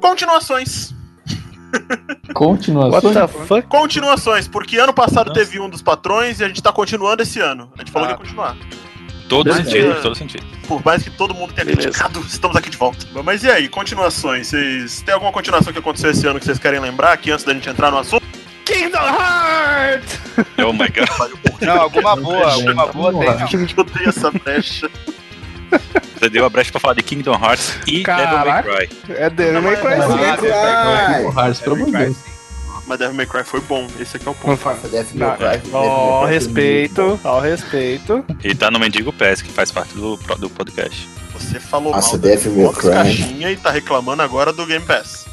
Continuações. Continuações. What the fuck? Continuações, porque ano passado teve um dos patrões e a gente tá continuando esse ano. A gente falou Ah. que ia continuar. Todo Beleza. sentido, todo sentido. Por mais que todo mundo tenha Beleza. criticado, estamos aqui de volta. Bom, Mas e aí, continuações? Vocês tem alguma continuação que aconteceu esse ano que vocês querem lembrar aqui antes da gente entrar no assunto? Kingdom Hearts! Oh my god. Não, alguma Não boa, tem alguma jeito. boa Vamos tem. lá. não. Eu tenho essa brecha. Você deu a brecha pra falar de Kingdom Hearts e Caraca. Devil May Cry. É Devil May É Não, Cry sim. não, não, não, Harris, pelo amor de Deus. Mas Devil May Cry foi bom, esse aqui é o ponto. Não fa- Death Não, May Cry. Death May Cry Ó, foi respeito, ao respeito. E tá no Mendigo Pass, que faz parte do, pro- do podcast. Você falou Nossa, mal da Devil May Xbox Cry. caixinha e tá reclamando agora do Game Pass.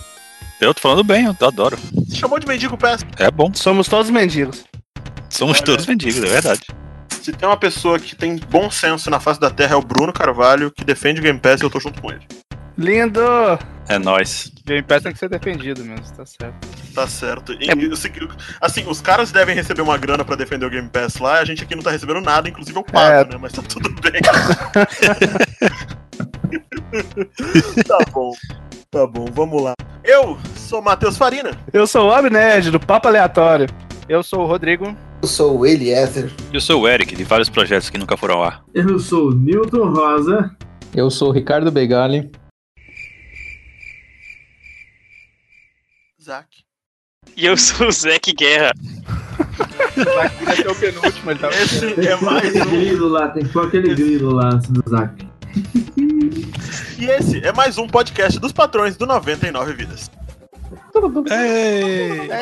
Eu tô falando bem, eu adoro. Você chamou de mendigo Pass. É bom. Somos todos mendigos. Somos Olha. todos mendigos, é verdade. Se tem uma pessoa que tem bom senso na face da terra é o Bruno Carvalho, que defende o Game Pass e eu tô junto com ele. Lindo! É nóis. Game Pass tem que ser defendido mesmo, tá certo. Tá certo. E, assim, assim, os caras devem receber uma grana pra defender o Game Pass lá, a gente aqui não tá recebendo nada, inclusive eu pago, né? Mas tá tudo bem. tá bom. Tá bom, vamos lá. Eu sou Matheus Farina. Eu sou o Abnerd, do Papo Aleatório. Eu sou o Rodrigo. Eu sou o Eliezer. Eu sou o Eric, de vários projetos que nunca foram ao ar. Eu sou o Newton Rosa. Eu sou o Ricardo Begali. Zac. E eu sou o Zac Guerra. Vai ser o penúltimo, ele tava. Esse é Tem que pôr mais aquele um. grilo lá, tem que pôr aquele grilo lá antes do Zac. E esse é mais um podcast dos patrões do 99 Vidas. Aê!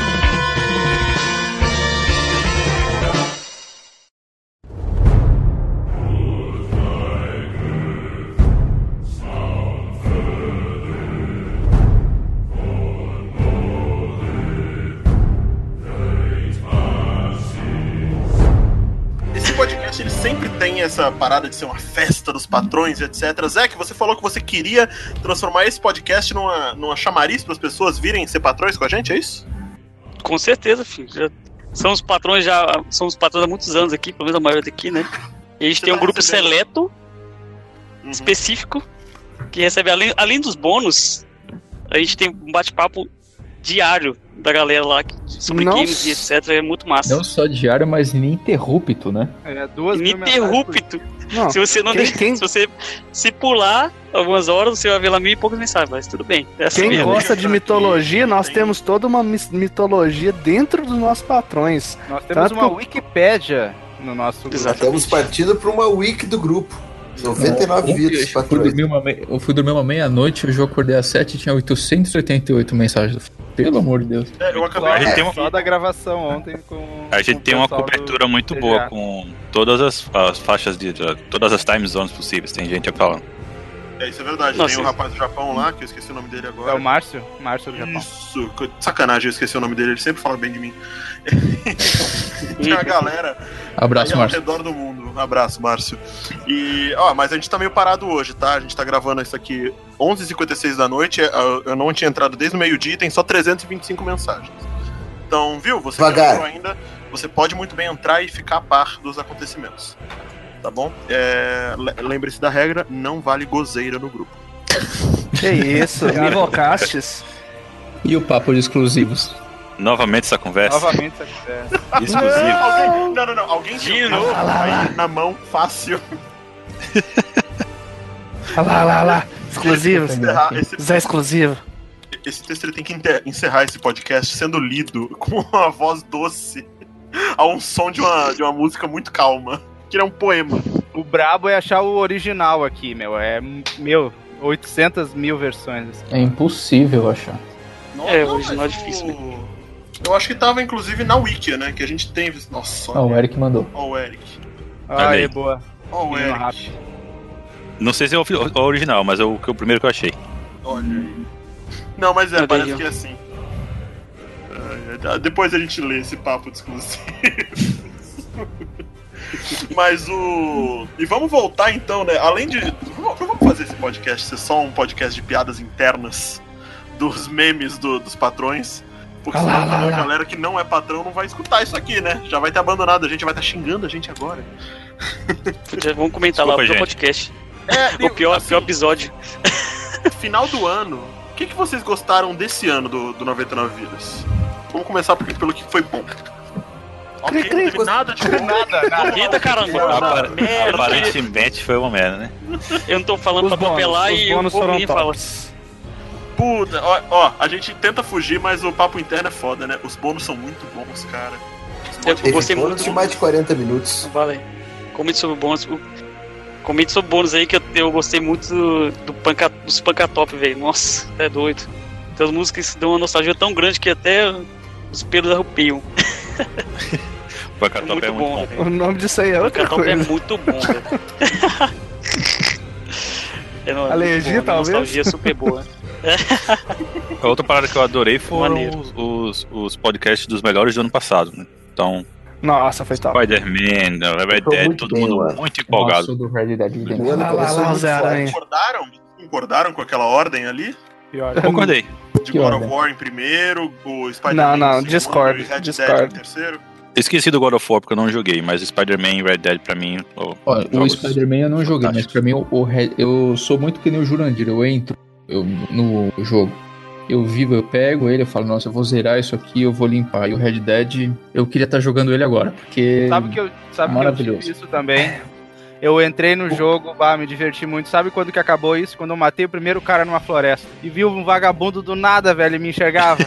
Esse podcast ele sempre tem essa parada de ser uma festa dos patrões, etc. Zé, você falou que você queria transformar esse podcast numa, numa chamariz para as pessoas virem ser patrões com a gente, é isso? Com certeza, filho. Já somos patrões já, somos patrões há muitos anos aqui, pelo menos a maioria daqui, né? E a gente Você tem um tá grupo recebendo- Uhum. seleto específico que recebe além, além dos bônus, a gente tem um bate-papo diário da galera lá que- sobre Nossa. games e etc. É muito massa. Não só diário, mas ininterrupto, né? É, duas mil mensagens Ininterrupto. por- Não, Se você não quem- deixar- quem- se você se pular algumas horas, você vai ver lá mil e poucas mensagens, mas tudo bem. É assim Quem mesmo. gosta de Aqui, mitologia, nós hein? temos toda uma mis- mitologia dentro dos nossos patrões. Nós temos uma Wikipédia no nosso Exato. Estamos partindo para uma wiki do grupo. 99 Ontem vidas, eu fui patrões. dormir uma mei- Eu fui dormir uma meia-noite, hoje eu acordei às 7 e tinha 888 mensagens. Pelo amor de Deus. É, eu Só, acabei A de gente tem uma- só da gravação ontem com. A gente com o tem uma pessoal do- cobertura muito TGA. boa com todas as, as faixas de. de- todas as time zones possíveis, tem gente falando. É, isso é verdade. Nossa, tem um isso. rapaz do Japão lá, que eu esqueci o nome dele É agora. o Márcio? Márcio do Japão. Isso, que- sacanagem, eu esqueci o nome dele, ele sempre fala bem de mim. Tinha a galera Abraço, aí ao Márcio. redor do mundo. Um Abraço, Márcio. E, ó, mas a gente tá meio parado hoje, tá? A gente tá gravando isso aqui 11h56 da noite, é, eu- eu não tinha entrado desde o meio-dia e tem só 325 mensagens. Então, viu? Você que Devagar. entrou ainda, você pode muito bem entrar e ficar a par dos acontecimentos. Tá bom? É, le- Lembre-se da regra, não vale gozeira no grupo. Que isso, Nivocastes. E o papo de exclusivos? Novamente essa conversa. Novamente essa conversa. Exclusivo. Alguém, não, não, não. Alguém De o novo. aí na mão, fácil. Olha Ah, lá, olha lá, olha lá. Exclusivos. Encerrar esse, Zé exclusivo. esse texto ele tem que enter- encerrar esse podcast sendo lido com uma voz doce a um som de uma, de uma música muito calma. Que é um poema. O brabo é achar o original aqui, meu. É, meu, 800 mil versões. É impossível achar. É, o original é difícil, Eu acho que tava, inclusive, na Wiki, né? Que a gente tem. Nossa, Ah, o Eric mandou. Ó o Eric. Ah, Olha aí. é boa. Ó o Menino Eric. rápido. Não sei se é o, fi- o original, mas é o, que- o primeiro que eu achei. Olha aí. Não, mas é, Olha parece aí, ó. que é assim. Ah, é, Depois a gente lê esse papo de exclusivo. Mas o. E vamos voltar então, né? Além de. Vamos vamos fazer esse podcast ser só um podcast de piadas internas dos memes do- dos patrões. Porque Ah lá, senão lá, a lá. galera que não é patrão não vai escutar isso aqui, né? Já vai ter abandonado a gente, vai estar xingando a gente agora. Podia- Vamos comentar Desculpa, lá no gente. podcast. É, O pior, assim, pior episódio. final do ano, o que, que vocês gostaram desse ano do, do 99 Vidas? Vamos começar por- pelo que foi bom. Ok, não teve nada de bom. Nada, nada. Eita caramba! Apar- merda. aparentemente foi uma merda, né? Eu não tô falando pra papelar e o bônus povo foram nem fala. tops. Puta, ó, ó, a gente tenta fugir, mas o papo interno é foda, né? Os bônus são muito bons, cara. Os podcasts- Eu Teve gostei bônus muito. de mais de 40 minutos. Vale. Comente sobre o bônus. O- Comente sobre o bônus aí que eu, eu gostei muito do, do panca, dos pancatop, velho. Nossa, é doido. Tem as músicas que dão uma nostalgia tão grande que até os pelos arrupiam. O Bacatop muito é muito bom, bom. velho. O nome disso aí é outra Pancatop é coisa. muito bom, velho. É, não, é muito Alergia, bom, é uma talvez? nostalgia super boa. A outra parada que eu adorei Maneiro. foram os, os, os podcasts dos melhores do ano passado, né? Então, Nossa, foi top. Spider-Man, The Red Ficou Dead, muito todo bem, mundo né? mano. muito empolgado. Nossa, o do Red Dead é Redemption. O ano Lá, lá, começou lá, muito o Zé forte. Aranha. Concordaram? Concordaram com aquela ordem ali? Concordei. De Que God of ordem? War em primeiro, o Spider-Man Não, em não, segundo, discordo, e Red Dead discordo. em terceiro? Esqueci do God of War porque eu não joguei, mas Spider-Man e Red Dead pra mim. oh, Olha, o jogos. Spider-Man eu não joguei, mas pra mim o, o Red- eu sou muito que nem o Jurandir, eu entro eu- no jogo. Eu vivo, eu pego ele, eu falo, nossa, eu vou zerar isso aqui, eu vou limpar. E o Red Dead, eu queria estar jogando ele agora, porque. Sabe que eu, sabe que eu Maravilhoso. tive isso também? Eu entrei no jogo, bah, me diverti muito. Sabe quando que acabou isso? Quando eu matei o primeiro cara numa floresta. E vi um vagabundo do nada, velho, e me enxergava.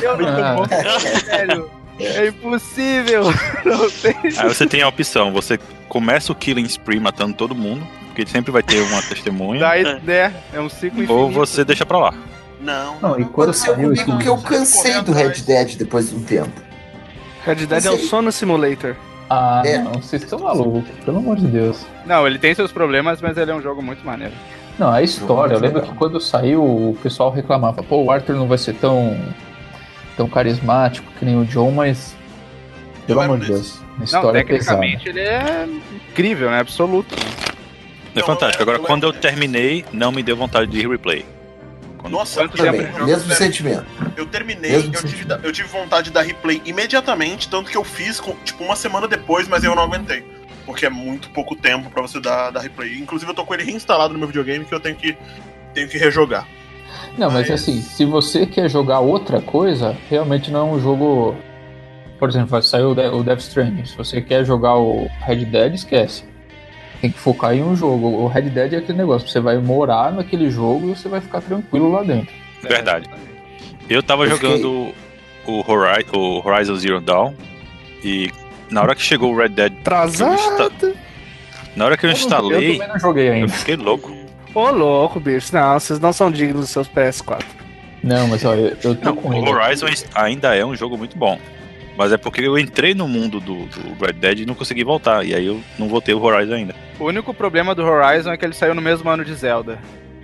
eu não velho. É impossível. Não tem. Aí você tem a opção, você começa o Killing Spree matando todo mundo, porque sempre vai ter uma testemunha, Daí, né? É um ciclo infinito. ou você deixa pra lá. Não. Não, e quando Aconteceu saiu esse comigo que eu Você cansei correr do Red atrás. Dead depois de um tempo. Red Dead é o Sim. Sono Simulator. Ah, É. não, vocês estão malucos, pelo amor de Deus. Não, ele tem seus problemas, mas ele é um jogo muito maneiro. Não, a história, eu Muito lembro legal. que quando saiu o pessoal reclamava, pô, o Arthur não vai ser tão. tão carismático que nem o John, mas. Pelo Eu era amor de um Deus, a Não, história é pesada. tecnicamente ele é incrível, né? Absoluto. É Não, fantástico. não é- Agora, não é- quando eu terminei, não me deu vontade de replay. Quando- Nossa, Quanto eu- tempo? Também, eu- mesmo eu- sentimento. Eu terminei, eu Mesmo tive, sentindo. da- eu tive vontade de dar replay imediatamente, tanto que eu fiz com- tipo uma semana depois, mas eu não aguentei. Porque é muito pouco tempo pra você dar, dar replay. Inclusive eu tô com ele reinstalado no meu videogame que eu tenho que, tenho que rejogar. Não, mas Mas- assim, se você quer jogar outra coisa, realmente não é um jogo. Por exemplo, saiu o De- o Death Stranding. Se você quer jogar o Red Dead, esquece. Tem que focar em um jogo. O Red Dead é aquele negócio, você vai morar naquele jogo e você vai ficar tranquilo lá dentro. É. Verdade. Eu tava Eu fiquei- jogando o, Hori- o Horizon Zero Dawn e na hora que chegou o Red Dead, Trazado. na hora que eu Eu instalei, também não joguei eu ainda. fiquei louco. Ô, louco, bicho. Não, vocês não são dignos dos seus PS4. Não, mas olha, eu tô Não, com o ele. Horizon ainda é um jogo muito bom. Mas é porque eu entrei no mundo do, do Red Dead e não consegui voltar. E aí eu não voltei o Horizon ainda. O único problema do Horizon é que ele saiu no mesmo ano de Zelda.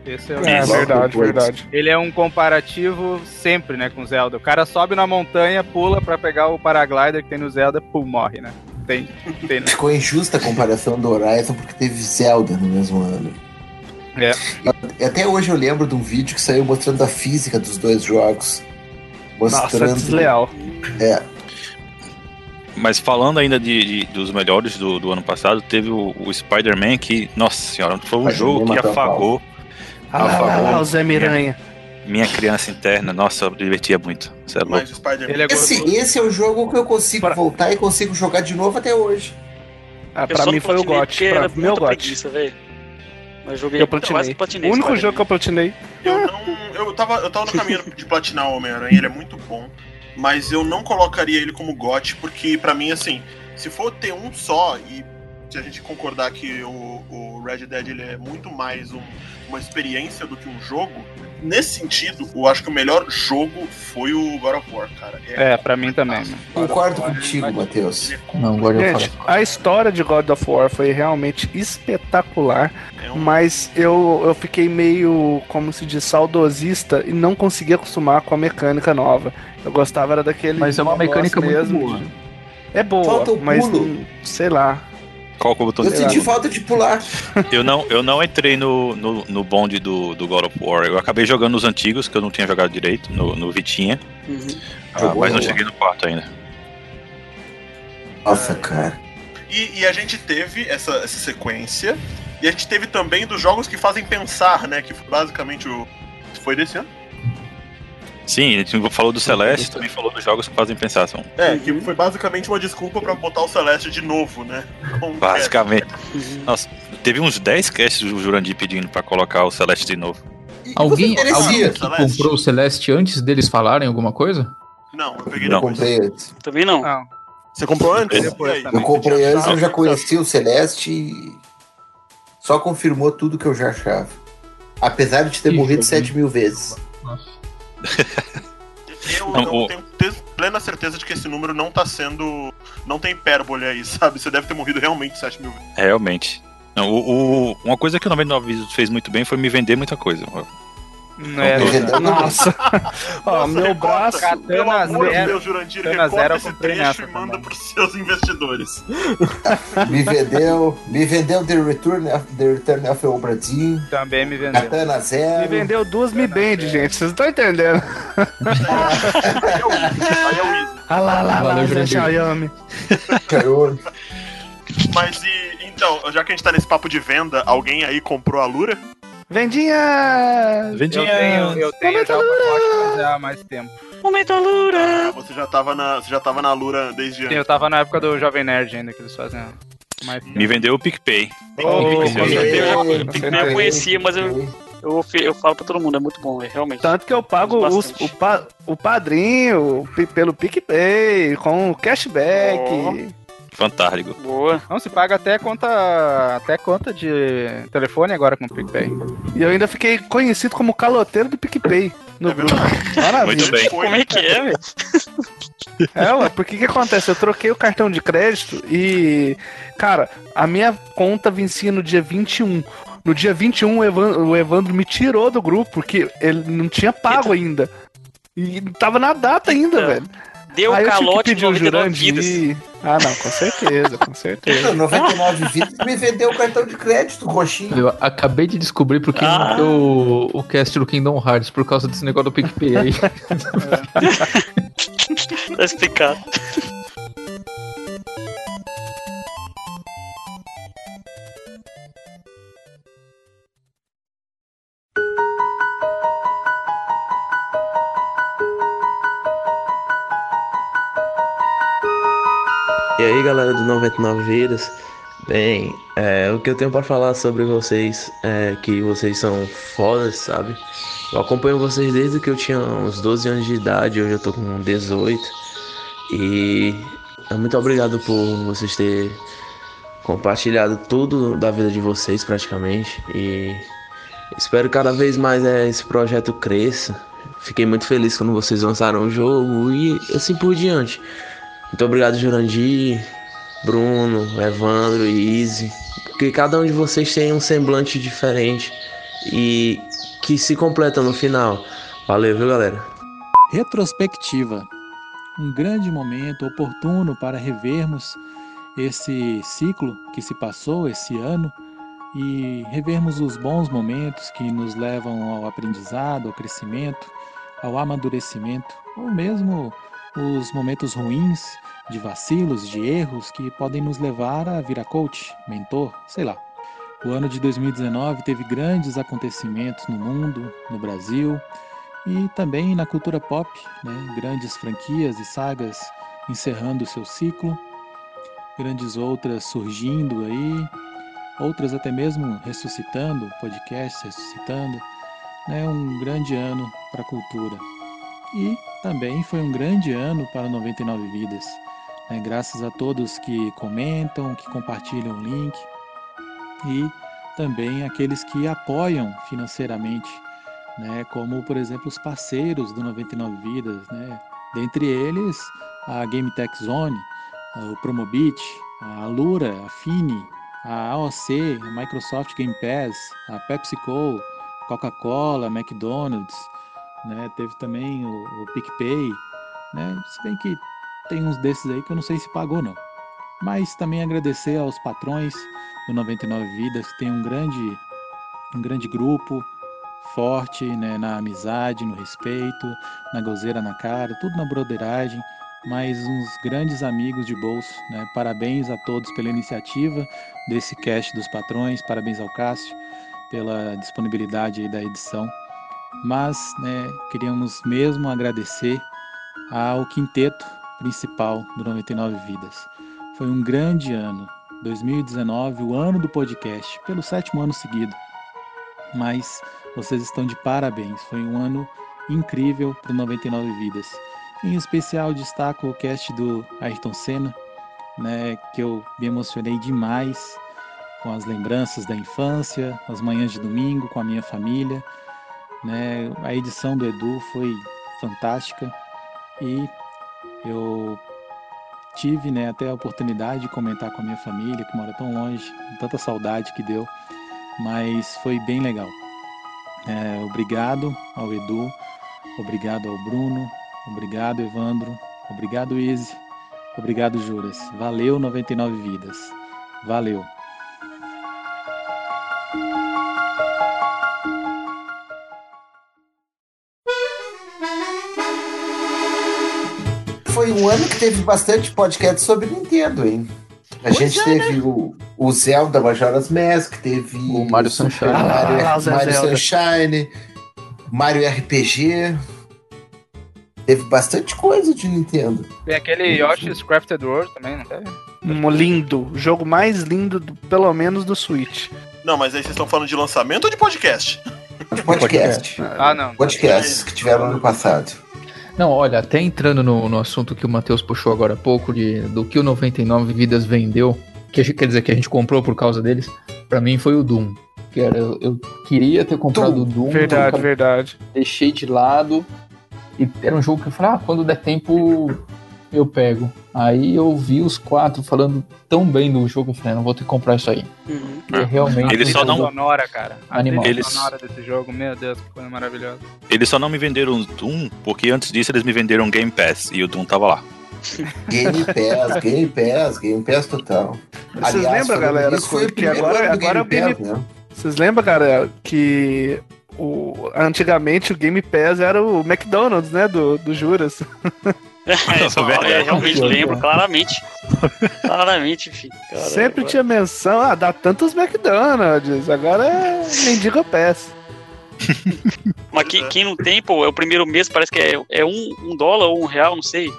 Esse é o É, Isso. verdade, verdade. Ele é um comparativo sempre, né, com Zelda. O cara sobe na montanha, pula pra pegar o paraglider que tem no Zelda, pum, morre, né? Tem, tem. né? Ficou injusta a comparação do Horizon porque teve Zelda no mesmo ano. É. E até hoje eu lembro de um vídeo que saiu mostrando a física dos dois jogos. Nossa, Mostrando. É. desleal. Mas falando ainda de, de- dos melhores do, do ano passado, teve o, o Spider-Man que, nossa senhora, foi um Spider-Man jogo que matou a pau. afagou Ah, lá, lá, lá, Afagou. o Zé Miranha. minha criança interna. Nossa, eu me divertia muito. Você é louco. Mas o Spider-Man. Ele é Esse, esse é o jogo que eu consigo Pra- voltar e consigo jogar de novo até hoje. Ah, Eu pra só mim não foi o platinei GOT. porque era Pra mim, meu muita GOT. preguiça, velho. Mas joguei Eu platinei. quase O platinei. único Spider-Man. jogo que eu platinei. Eu não. Eu tava, eu tava no caminho de platinar o Homem-Aranha, ele é muito bom. Mas eu não colocaria ele como GOT, porque pra mim, assim, se for ter um só e se a gente concordar que o, o Red Dead ele é muito mais um- uma experiência do que um jogo, nesse sentido, eu acho que o melhor jogo foi o God of War, cara. É, pra mim também. mano. Concordo contigo, Matheus. Não, agora eu Gente, falo. a história de God of War foi realmente espetacular, É um- mas eu, eu fiquei meio, como se diz, saudosista e não consegui acostumar com a mecânica nova. Eu gostava era daquele. Mas é uma negócio mecânica muito mesmo boa. de- É boa, Falta o mas pulo. hum, sei lá. Qual que é o botão Eu de senti pulo? falta de pular. Eu não, eu não entrei no, no, no bonde do, do God of War. Eu acabei jogando os antigos, que eu não tinha jogado direito, no, no Vitinha. Uhum. Ah, Jogou, mas não jogou. cheguei no quarto ainda. Nossa, cara. E, e a gente teve essa, essa sequência. E a gente teve também dos jogos que fazem pensar, né? Que foi basicamente o. Foi desse ano? Sim, a gente falou do Celeste, também falou dos jogos que fazem pensar. São É, Uhum. que foi basicamente uma desculpa pra botar o Celeste de novo, né? Então, basicamente. Uhum. Nossa, teve uns 10 casts do Jurandir pedindo pra colocar o Celeste de novo. E- e Alguém, você alguém merecia. que comprou o Celeste antes deles falarem alguma coisa? é, Não, eu peguei Não. Eu depois. comprei antes. Também não. Não. Você comprou antes? Depois E aí? também. Eu comprei Você tinha antes, eu já achado? conhecia o Celeste e só confirmou tudo que eu já achava. Apesar de ter Ih, morrido foi 7 mil vezes. Eu Não, não, o- tenho te- plena certeza de que esse número não tá sendo. Não tem hipérbole aí, sabe? Você deve ter morrido realmente 7 mil vezes. Realmente. Não, o, o- uma coisa que o 99 Vídeos fez muito bem foi me vender muita coisa. É, tô vendo. nossa. Ó, meu recorta. braço. Katana Pelo amor de zero. Deus, Jurandir, Katana recorta zero eu esse comprei trecho nessa e manda também. pros seus investidores. Me vendeu, me vendeu The Return of, The Return of El Brasil, Também me vendeu. Katana Me Zero. vendeu duas Mi Band, gente. Vocês não estão entendendo. Aí é o Easy, aí é o Easy. Ah lá, lá, lá, Valeu, o Zé Jurandir. Xiaomi. Carol. Mas e. Então, já que a gente tá nesse papo de venda, alguém aí comprou a Lura? Vendinha! Eu tenho, eu tenho já o pacote mas já há mais tempo. Momento Lura! Ah, você já tava na, você já tava na Lura desde Sim, antes. eu tava na época do Jovem Nerd ainda, que eles fazem. Mas... Me vendeu o PicPay. Ô, Sim, quando- vendeu. Eu Eu conhecia, mas eu, eu, ofe- eu falo pra todo mundo, é muito bom, é, realmente. Tanto que eu pago os- Bastante. o, pa- o padrinho pi- pelo PicPay, com cashback. Fantástico. Boa. Não, se paga até conta, até conta de telefone agora com o PicPay. E eu ainda fiquei conhecido como caloteiro do PicPay. No É grupo. verdade. Muito Maravilha. bem. Foi, Como é que é, velho? É, ué, porque que acontece? Eu troquei o cartão de crédito e. Cara, a minha conta vencia no dia 21. No dia 21, o Evan- o Evandro me tirou do grupo, porque ele não tinha pago ainda. E tava na data ainda, Eita. velho. Deu Aí eu tive que calote de pedir o 99 Jurandir. vidas. Ah, não, com certeza, com É. certeza. 99 vidas me vendeu o cartão de crédito, roxinho. Eu acabei de descobrir porque não Ah. deu o, o cast do Kingdom Hearts por causa desse negócio do PicPay aí. Tá explicado. E aí galera do 99 Vidas, bem, é, o que eu tenho pra falar sobre vocês é que vocês são fodas, sabe? Eu acompanho vocês desde que eu tinha uns 12 anos de idade, hoje eu tô com 18 e é, muito obrigado por vocês terem compartilhado tudo da vida de vocês praticamente e espero cada vez mais é, esse projeto cresça. Fiquei muito feliz quando vocês lançaram o jogo e assim por diante. Muito obrigado, Jurandir, Bruno, Evandro e Izzy. Que cada um de vocês tem um semblante diferente e que se completa no final. Valeu, viu, galera? Retrospectiva. Um grande momento oportuno para revermos esse ciclo que se passou esse ano e revermos os bons momentos que nos levam ao aprendizado, ao crescimento, ao amadurecimento, ou mesmo os momentos ruins de vacilos, de erros que podem nos levar a virar coach, mentor, sei lá. O ano de 2019 teve grandes acontecimentos no mundo, no Brasil, e também na cultura pop, né? grandes franquias e sagas encerrando o seu ciclo, grandes outras surgindo aí, outras até mesmo ressuscitando, podcasts ressuscitando, né? um grande ano para a cultura. E também foi um grande ano para 99 Vidas. né? graças a todos que comentam, que compartilham o link e também aqueles que apoiam financeiramente, né? como por exemplo os parceiros do 99 Vidas, né? dentre eles a Game Tech Zone, o Promobit, a Alura, a Fini, a AOC, a Microsoft Game Pass, a PepsiCo, Coca-Cola, McDonald's, né? teve também o, o PicPay, né? se bem que tem uns desses aí que eu não sei se pagou não. Mas também agradecer aos patrões do 99 Vidas, que tem um grande, um grande grupo, forte né? na amizade, no respeito, na gozeira na cara, tudo na broderagem, mas uns grandes amigos de bolso. Né? Parabéns a todos pela iniciativa desse cast dos patrões, parabéns ao Cássio pela disponibilidade aí da edição. Mas né, queríamos mesmo agradecer ao quinteto principal do 99 Vidas. Foi um grande ano, 2019, o ano do podcast, pelo sétimo ano seguido. Mas vocês estão de parabéns, foi um ano incrível para 99 Vidas. Em especial destaco o cast do Ayrton Senna, né, que eu me emocionei demais com as lembranças da infância, as manhãs de domingo com a minha família. Né? A edição do Edu foi fantástica e eu tive né, até a oportunidade de comentar com a minha família, que mora tão longe, tanta saudade que deu, mas foi bem legal. É, obrigado ao Edu, obrigado ao Bruno, obrigado Evandro, obrigado Izzy, obrigado Juras. Valeu 99 vidas. Valeu. Foi um ano que teve bastante podcast sobre Nintendo, hein? A é, gente né? teve o, o Zelda Majora's Mask, teve O Mario Sunshine. Mario, Ah, lá, lá, Zé Mario Zelda. Sunshine, Mario RPG. Teve bastante coisa de Nintendo. Tem aquele Yoshi's Crafted World também, não teve? Um lindo, o jogo mais lindo, do- pelo menos do Switch. Não, mas aí vocês estão falando de lançamento ou de podcast? é Podcast. Ah, não. Podcasts que tiveram ano passado. Não, olha, até entrando no, no assunto que o Matheus puxou agora há pouco, de, do que o 99 Vidas vendeu, que a gente- quer dizer, que a gente comprou por causa deles, pra mim foi o Doom. Que era, eu, eu queria ter comprado o Doom. Verdade, nunca verdade. Deixei de lado. E era um jogo que eu falei, ah, quando der tempo eu pego. Aí eu vi os quatro falando tão bem do jogo, eu falei, "Ah, não vou ter que comprar isso aí. Porque realmente. um Ele só A não- sonora, cara. A Animal. trilha Eles- sonora desse jogo, meu Deus, que coisa maravilhosa. Eles só não me venderam o Doom, porque antes disso eles me venderam Game Pass e o Doom tava lá. Game Pass, Game Pass, Game Pass total. Vocês lembram, falando galera, nisso, foi o que primeiro agora, ano do agora é o Game Pass, né? Vocês lembram, cara, que o, antigamente o Game Pass era o McDonald's, né, do, do Juras. eu É, realmente lembro, claramente. Claramente, filho. Cara, Sempre tinha menção, ah, dá tantos McDonald's, agora é Mendigo Pass. Mas quem, quem não tem, pô, é o primeiro mês, parece que é, é um, um dólar ou um real, não sei.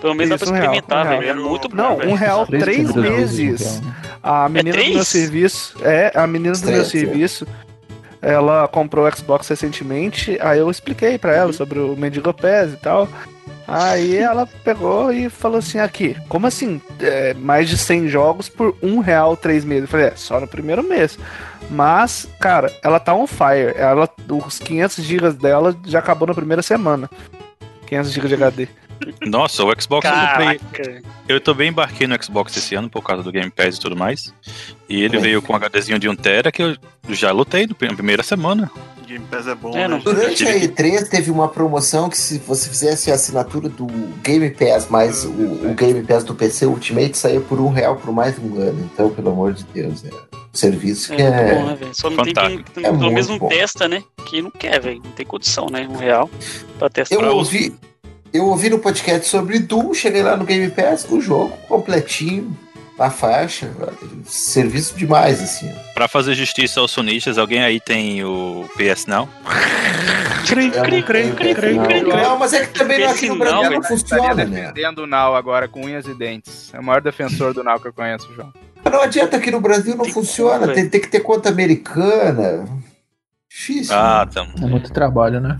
Pelo menos dá pra Isso, um real, experimentar, um real. velho. É muito bom. Não, velho. É um real três meses. A menina do meu três? serviço. É, a menina do meu Certo. serviço. Ela comprou o Xbox recentemente. Aí eu expliquei pra Uhum. ela sobre o Mendigo Pass e tal. Aí ela pegou e falou assim: aqui, como assim? é, mais de 100 jogos por um real três meses. Eu falei: é, só no primeiro mês. Mas, cara, ela tá on fire. Ela, os 500 gigas dela já acabou na primeira semana. 500 gigas de HD. Nossa, o Xbox eu Caraca. comprei. Eu também embarquei no Xbox esse ano por causa do Game Pass e tudo mais. E ele Bem. veio com um HDzinho de 1TB que eu já lutei na primeira semana. Game Pass é bom, né? É, não- gente? Durante a E3 teve uma promoção que se você fizesse a assinatura do Game Pass mais o, o Game Pass do PC Ultimate saía por um real por mais um ano. Então, pelo amor de Deus, é um serviço É, que muito é. bom, né, velho? Só não tem Fantástico. quem. É pelo muito menos não bom. testa, né? Quem não quer, velho. Não tem condição, né? Um real pra testar. Eu ouvi, eu ouvi no podcast sobre Doom, cheguei lá no Game Pass, o jogo completinho, na faixa, serviço demais, assim. Pra fazer justiça aos sonistas, alguém aí tem o PS Now? Cri, Eu cri, não cri, tenho cri, cri, PS cri, Now. cri. Não, mas é que também aqui no Não, Brasil velho, não Estaria funciona, né? defendendo o Nau agora com unhas e dentes. É o maior defensor do Nau que eu conheço, João. Não adianta aqui no Brasil não funciona, tem, tem que ter conta americana. Difícil. Ah, tá. É muito trabalho, né?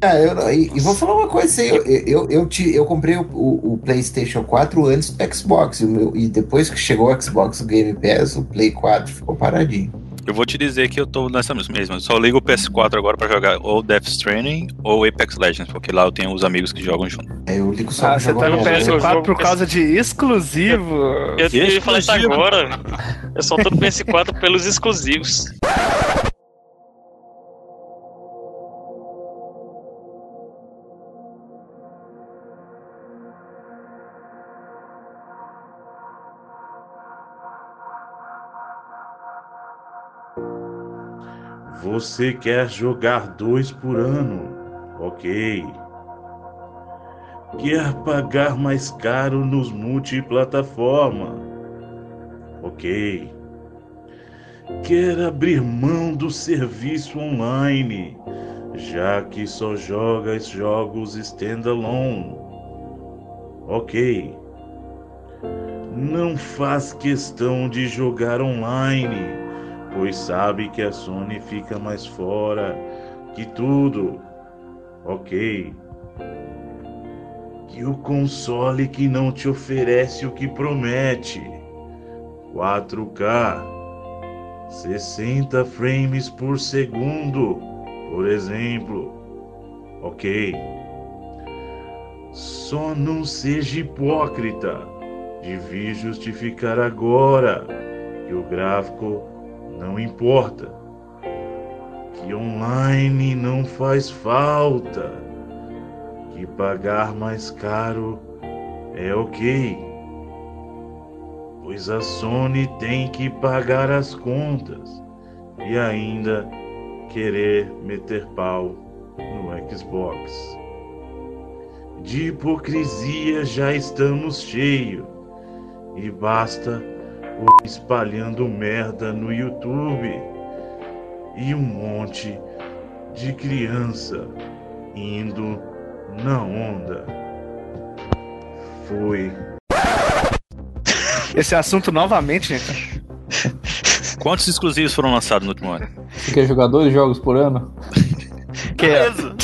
Ah, eu não- e, e vou falar uma coisa aí. Eu, eu, eu, te- eu comprei o, o- o PlayStation 4 antes do Xbox. E, o meu- e depois que chegou o Xbox o Game Pass, o Play 4 ficou paradinho. Eu vou te dizer que eu tô nessa mesma. mesma. Eu só ligo o PS4 agora pra jogar ou Death Stranding ou Apex Legends, porque lá eu tenho os amigos que jogam junto. É, Eu ligo só Ah, você tá no PS4 por causa de exclusivo. Eu ia falar isso agora. Eu só tô no PS4 pelos exclusivos. Você quer jogar dois por ano, ok. Quer pagar mais caro nos multiplataforma, ok. Quer abrir mão do serviço online, já que só joga jogos standalone, ok. Não faz questão de jogar online pois sabe que a Sony fica mais fora que tudo. Ok. Que o console que não te oferece o que promete. 4K, 60 frames por segundo, por exemplo. Ok. Só não seja hipócrita de vir justificar agora que o gráfico não importa. Que online não faz falta. Que pagar mais caro é ok. Pois a Sony tem que pagar as contas e ainda querer meter pau no Xbox. De hipocrisia já estamos cheios e basta ou espalhando merda no YouTube e um monte de criança indo na onda. Fui. Esse é assunto novamente, né, gente. Quantos exclusivos foram lançados no último ano? Você quer jogar dois jogos por ano? é- Beleza.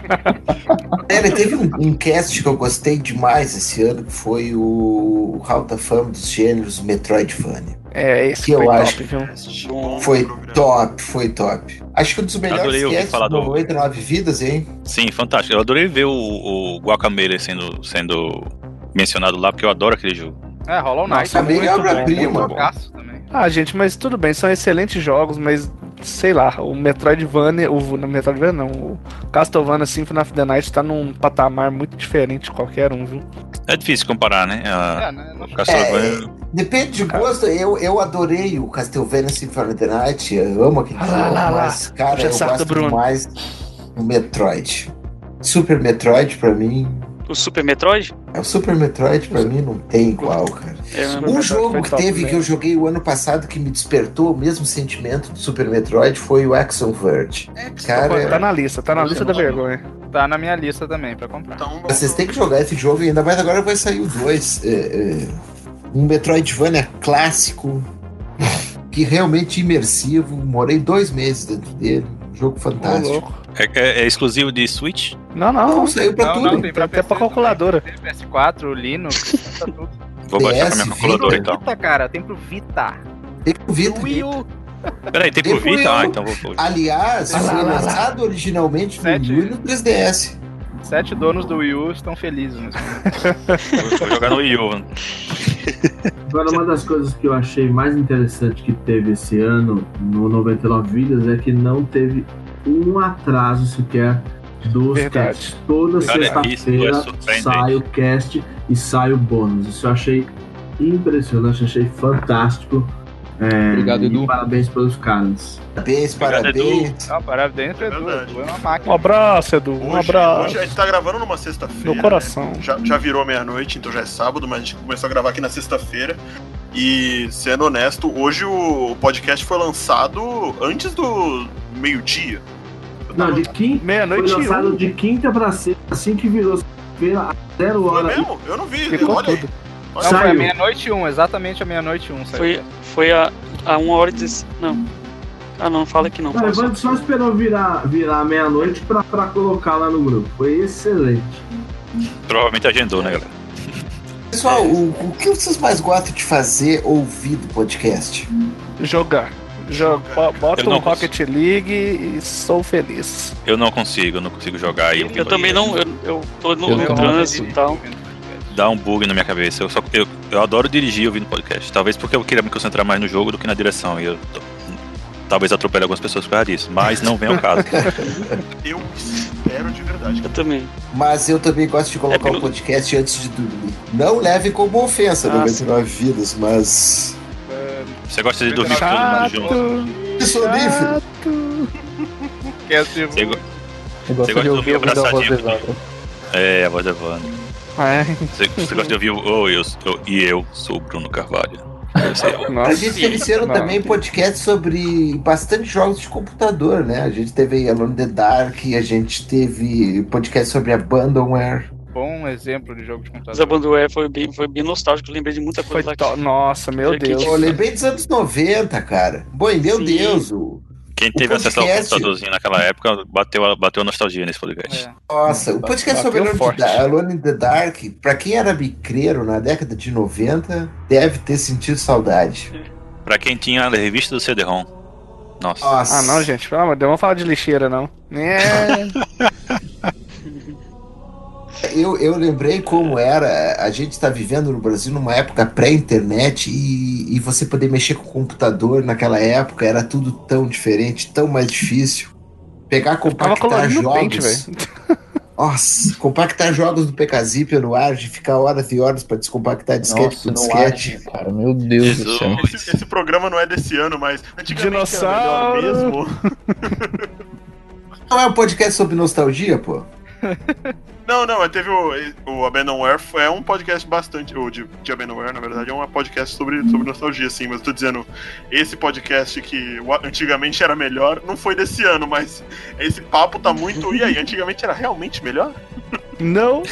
Ele teve um, um cast que eu gostei demais esse ano, que foi o Hall da Fama dos Gêneros Metroidvania. É, esse que eu foi top, acho. viu? Foi top, foi top. Acho que um dos melhores Adorei ouvir casts falar do- 99 vidas, hein? Sim, fantástico. Eu adorei ver o, o Guacamele sendo, sendo mencionado lá, porque eu adoro aquele jogo. É, Hollow Knight. Nossa, muito é bom, obra-prima, muito pô. jogaço. Ah, gente, mas tudo bem, são excelentes jogos, mas sei lá, o Metroidvania, o não, Metroidvania não, o Castlevania Symphony of the Night tá num patamar muito diferente de qualquer um, viu? É difícil comparar, né? A, o Castlevania. Depende de gosto, eu, eu adorei o Castlevania Symphony of the Night, eu amo aquele jogo, Ah, lá, lá. mas, cara, Puxa eu saco do gosto Bruno. mais do Metroid. Super Metroid, pra mim, O Super Metroid? é o Super Metroid, pra mim, não tem igual, cara. É, Um jogo que teve que eu joguei o ano passado que me despertou o mesmo sentimento do Super Metroid foi o Axon Verge. É Cara, tá na lista, tá na lista da vergonha. Tá na minha lista também pra comprar. Então- Vocês têm que jogar esse jogo, e ainda mais agora vai sair o 2. um Metroidvania clássico, que realmente imersivo. Morei dois meses dentro dele. Um jogo fantástico. É, é- é exclusivo de Switch? Não, não, Não, saiu pra Não, tudo. não, tem pra até pra calculadora. PS4, Linux, pra tudo. Vou baixar pra minha calculadora e tal. Vita, cara, tem pro Vita. Tem pro Vita. Wii U. Peraí, tem Tem pro pro Vita? Ah, Wii U. então vou. vou- Aliás, Ah, lá, foi lá, lá. assim, lançado originalmente no Wii e no 3DS. Sete donos do Wii U estão felizes. nesse momento. Vou, vou jogar no Wii U. Agora, uma das coisas que eu achei mais interessante que teve esse ano no 99 Vidas é que não teve um atraso sequer dos Verdade. casts. Toda Cara, isso é sexta-feira surpreendente. sai o cast e sai o bônus. Isso eu achei impressionante, achei fantástico. É, Obrigado, e Edu. Parabéns pelos caras. Parabéns, Não, Ah, parabéns, Edu. Edu é uma máquina. Um abraço, Edu. um Hoje- abraço. Hoje a gente tá gravando numa sexta-feira. No coração. né? Já, já virou meia-noite, então já é sábado, mas a gente começou a gravar aqui na sexta-feira. E, sendo honesto, hoje o podcast foi lançado antes do meio-dia. Não, de quinta. Meia-noite e Foi lançado um. de quinta pra sexta, assim que virou sexta-feira, às zero Foi hora. mesmo? Eu não vi. Ficou Olha aí. tudo. Não, Saiu. foi a Meia-noite e um, exatamente a meia-noite e um. saiu. Foi, foi a, a 1 hora e 16. Não. Ah, não, fala que não. O Fala só. Evandro só esperou virar, virar meia-noite pra, pra colocar lá no grupo. Foi excelente. Provavelmente agendou, É. né, galera? Pessoal, o, o que vocês mais gostam de fazer ouvir do podcast? Jogar. Joga, bo- Eu bota não um Rocket League e sou feliz. Eu não consigo, eu não consigo jogar. Eu, Eu também não, eu, eu tô no, no trânsito e tal. Dá um bug na minha cabeça. Eu, só, eu, eu adoro dirigir ouvindo podcast. Talvez porque eu queria me concentrar mais no jogo do que na direção. E eu tô- talvez atropele algumas pessoas por causa disso. Mas não vem ao caso. Eu espero de verdade. Eu também. Mas eu também gosto de colocar o podcast antes de dormir. Não leve como ofensa Ah, 99 vidas, mas. Você gosta de dormir com todo mundo junto? Sonífero. Você, go- você gosta de ouvir abraçadinho? É, a voz Ah, é? da Wanda. Você, você gosta de ouvir o. Oh, eu, eu- e eu sou o Bruno Carvalho. é Eu sei. a gente teve esse ano também podcast sobre bastante jogos de computador, né? A gente teve Alone in the Dark, a gente teve podcast sobre Abandonware. Bom exemplo de jogo de computador. Mas a Bandware foi bem, foi bem nostálgico, eu lembrei de muita coisa lá. que- Nossa, meu Deus. Eu lembrei dos anos 90, cara. Bom, e meu Deus, o... Quem teve acesso ao podcast- computadorzinho naquela época bateu a, bateu a nostalgia nesse podcast. Nossa, o podcast sobre Alone, in the Dark- Alone in the Dark, pra quem era bicreiro na década de 90, deve ter sentido saudade. Pra quem tinha a revista do CD-ROM. Nossa. Ah não, gente, pelo amor de Deus, não vamos falar de lixeira, não. É. Eu, eu lembrei como era. A gente está vivendo no Brasil numa época pré-internet e, e você poder mexer com o computador naquela época era tudo tão diferente, tão mais difícil. Pegar, compactar colorindo o jogos. Paint, Nossa, compactar jogos do PKZIP no ar, de ficar horas e horas para descompactar disquete Nossa, por no ar, disquete. cara, meu Deus do céu. Esse, esse programa não é desse ano, mas antigamente era melhor Dinossauro. mesmo. Não é um podcast sobre nostalgia, pô? Não, não, é, teve o, o Abandonware, foi- é um podcast bastante, ou de, de Abandonware, na verdade, é um podcast sobre, sobre nostalgia, sim, mas eu tô dizendo, esse podcast que o a- antigamente era melhor, não foi desse ano, mas esse papo tá muito, e aí, antigamente era realmente melhor? Não!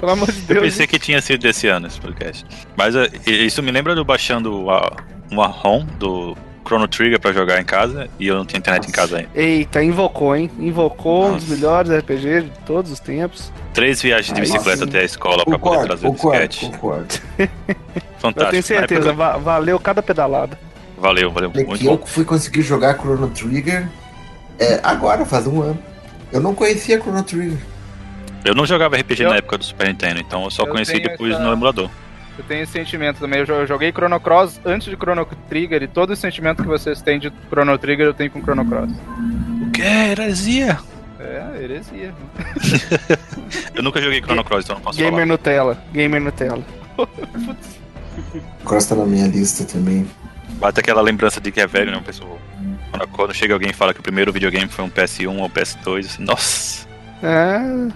Pelo amor de Eu Deus. pensei que tinha sido desse ano esse podcast. Mas eh, isso me lembra do baixando a- uma ROM do Chrono Trigger pra jogar em casa e eu não tinha internet em casa ainda. Eita, invocou, hein? Invocou um dos melhores RPG de todos os tempos. Três viagens de Aí bicicleta sim. até a escola pra poder trazer o disquete. Fantástico. Eu tenho Na certeza, época- va- valeu cada pedalada. Valeu, valeu. Olha, Muito que eu bom. fui conseguir jogar Chrono Trigger é, agora, faz um ano. Eu não conhecia Chrono Trigger. Eu não jogava RPG na época do Super Nintendo, então eu só Eu conheci tenho depois essa- no emulador. Eu tenho esse sentimento também. Eu jo- eu joguei Chrono Cross antes de Chrono Trigger e todo o sentimento que vocês têm de Chrono Trigger eu tenho com Chrono Cross. O que? Heresia? É, heresia. Eu nunca joguei Chrono Cross, então não posso Gamer falar. Nutella, gamer Nutella. Cross tá na minha lista também. Bate aquela lembrança de que é velho, né, pessoal? Quando, quando chega alguém e fala que o primeiro videogame foi um PS1 ou PS2, assim, nossa. É.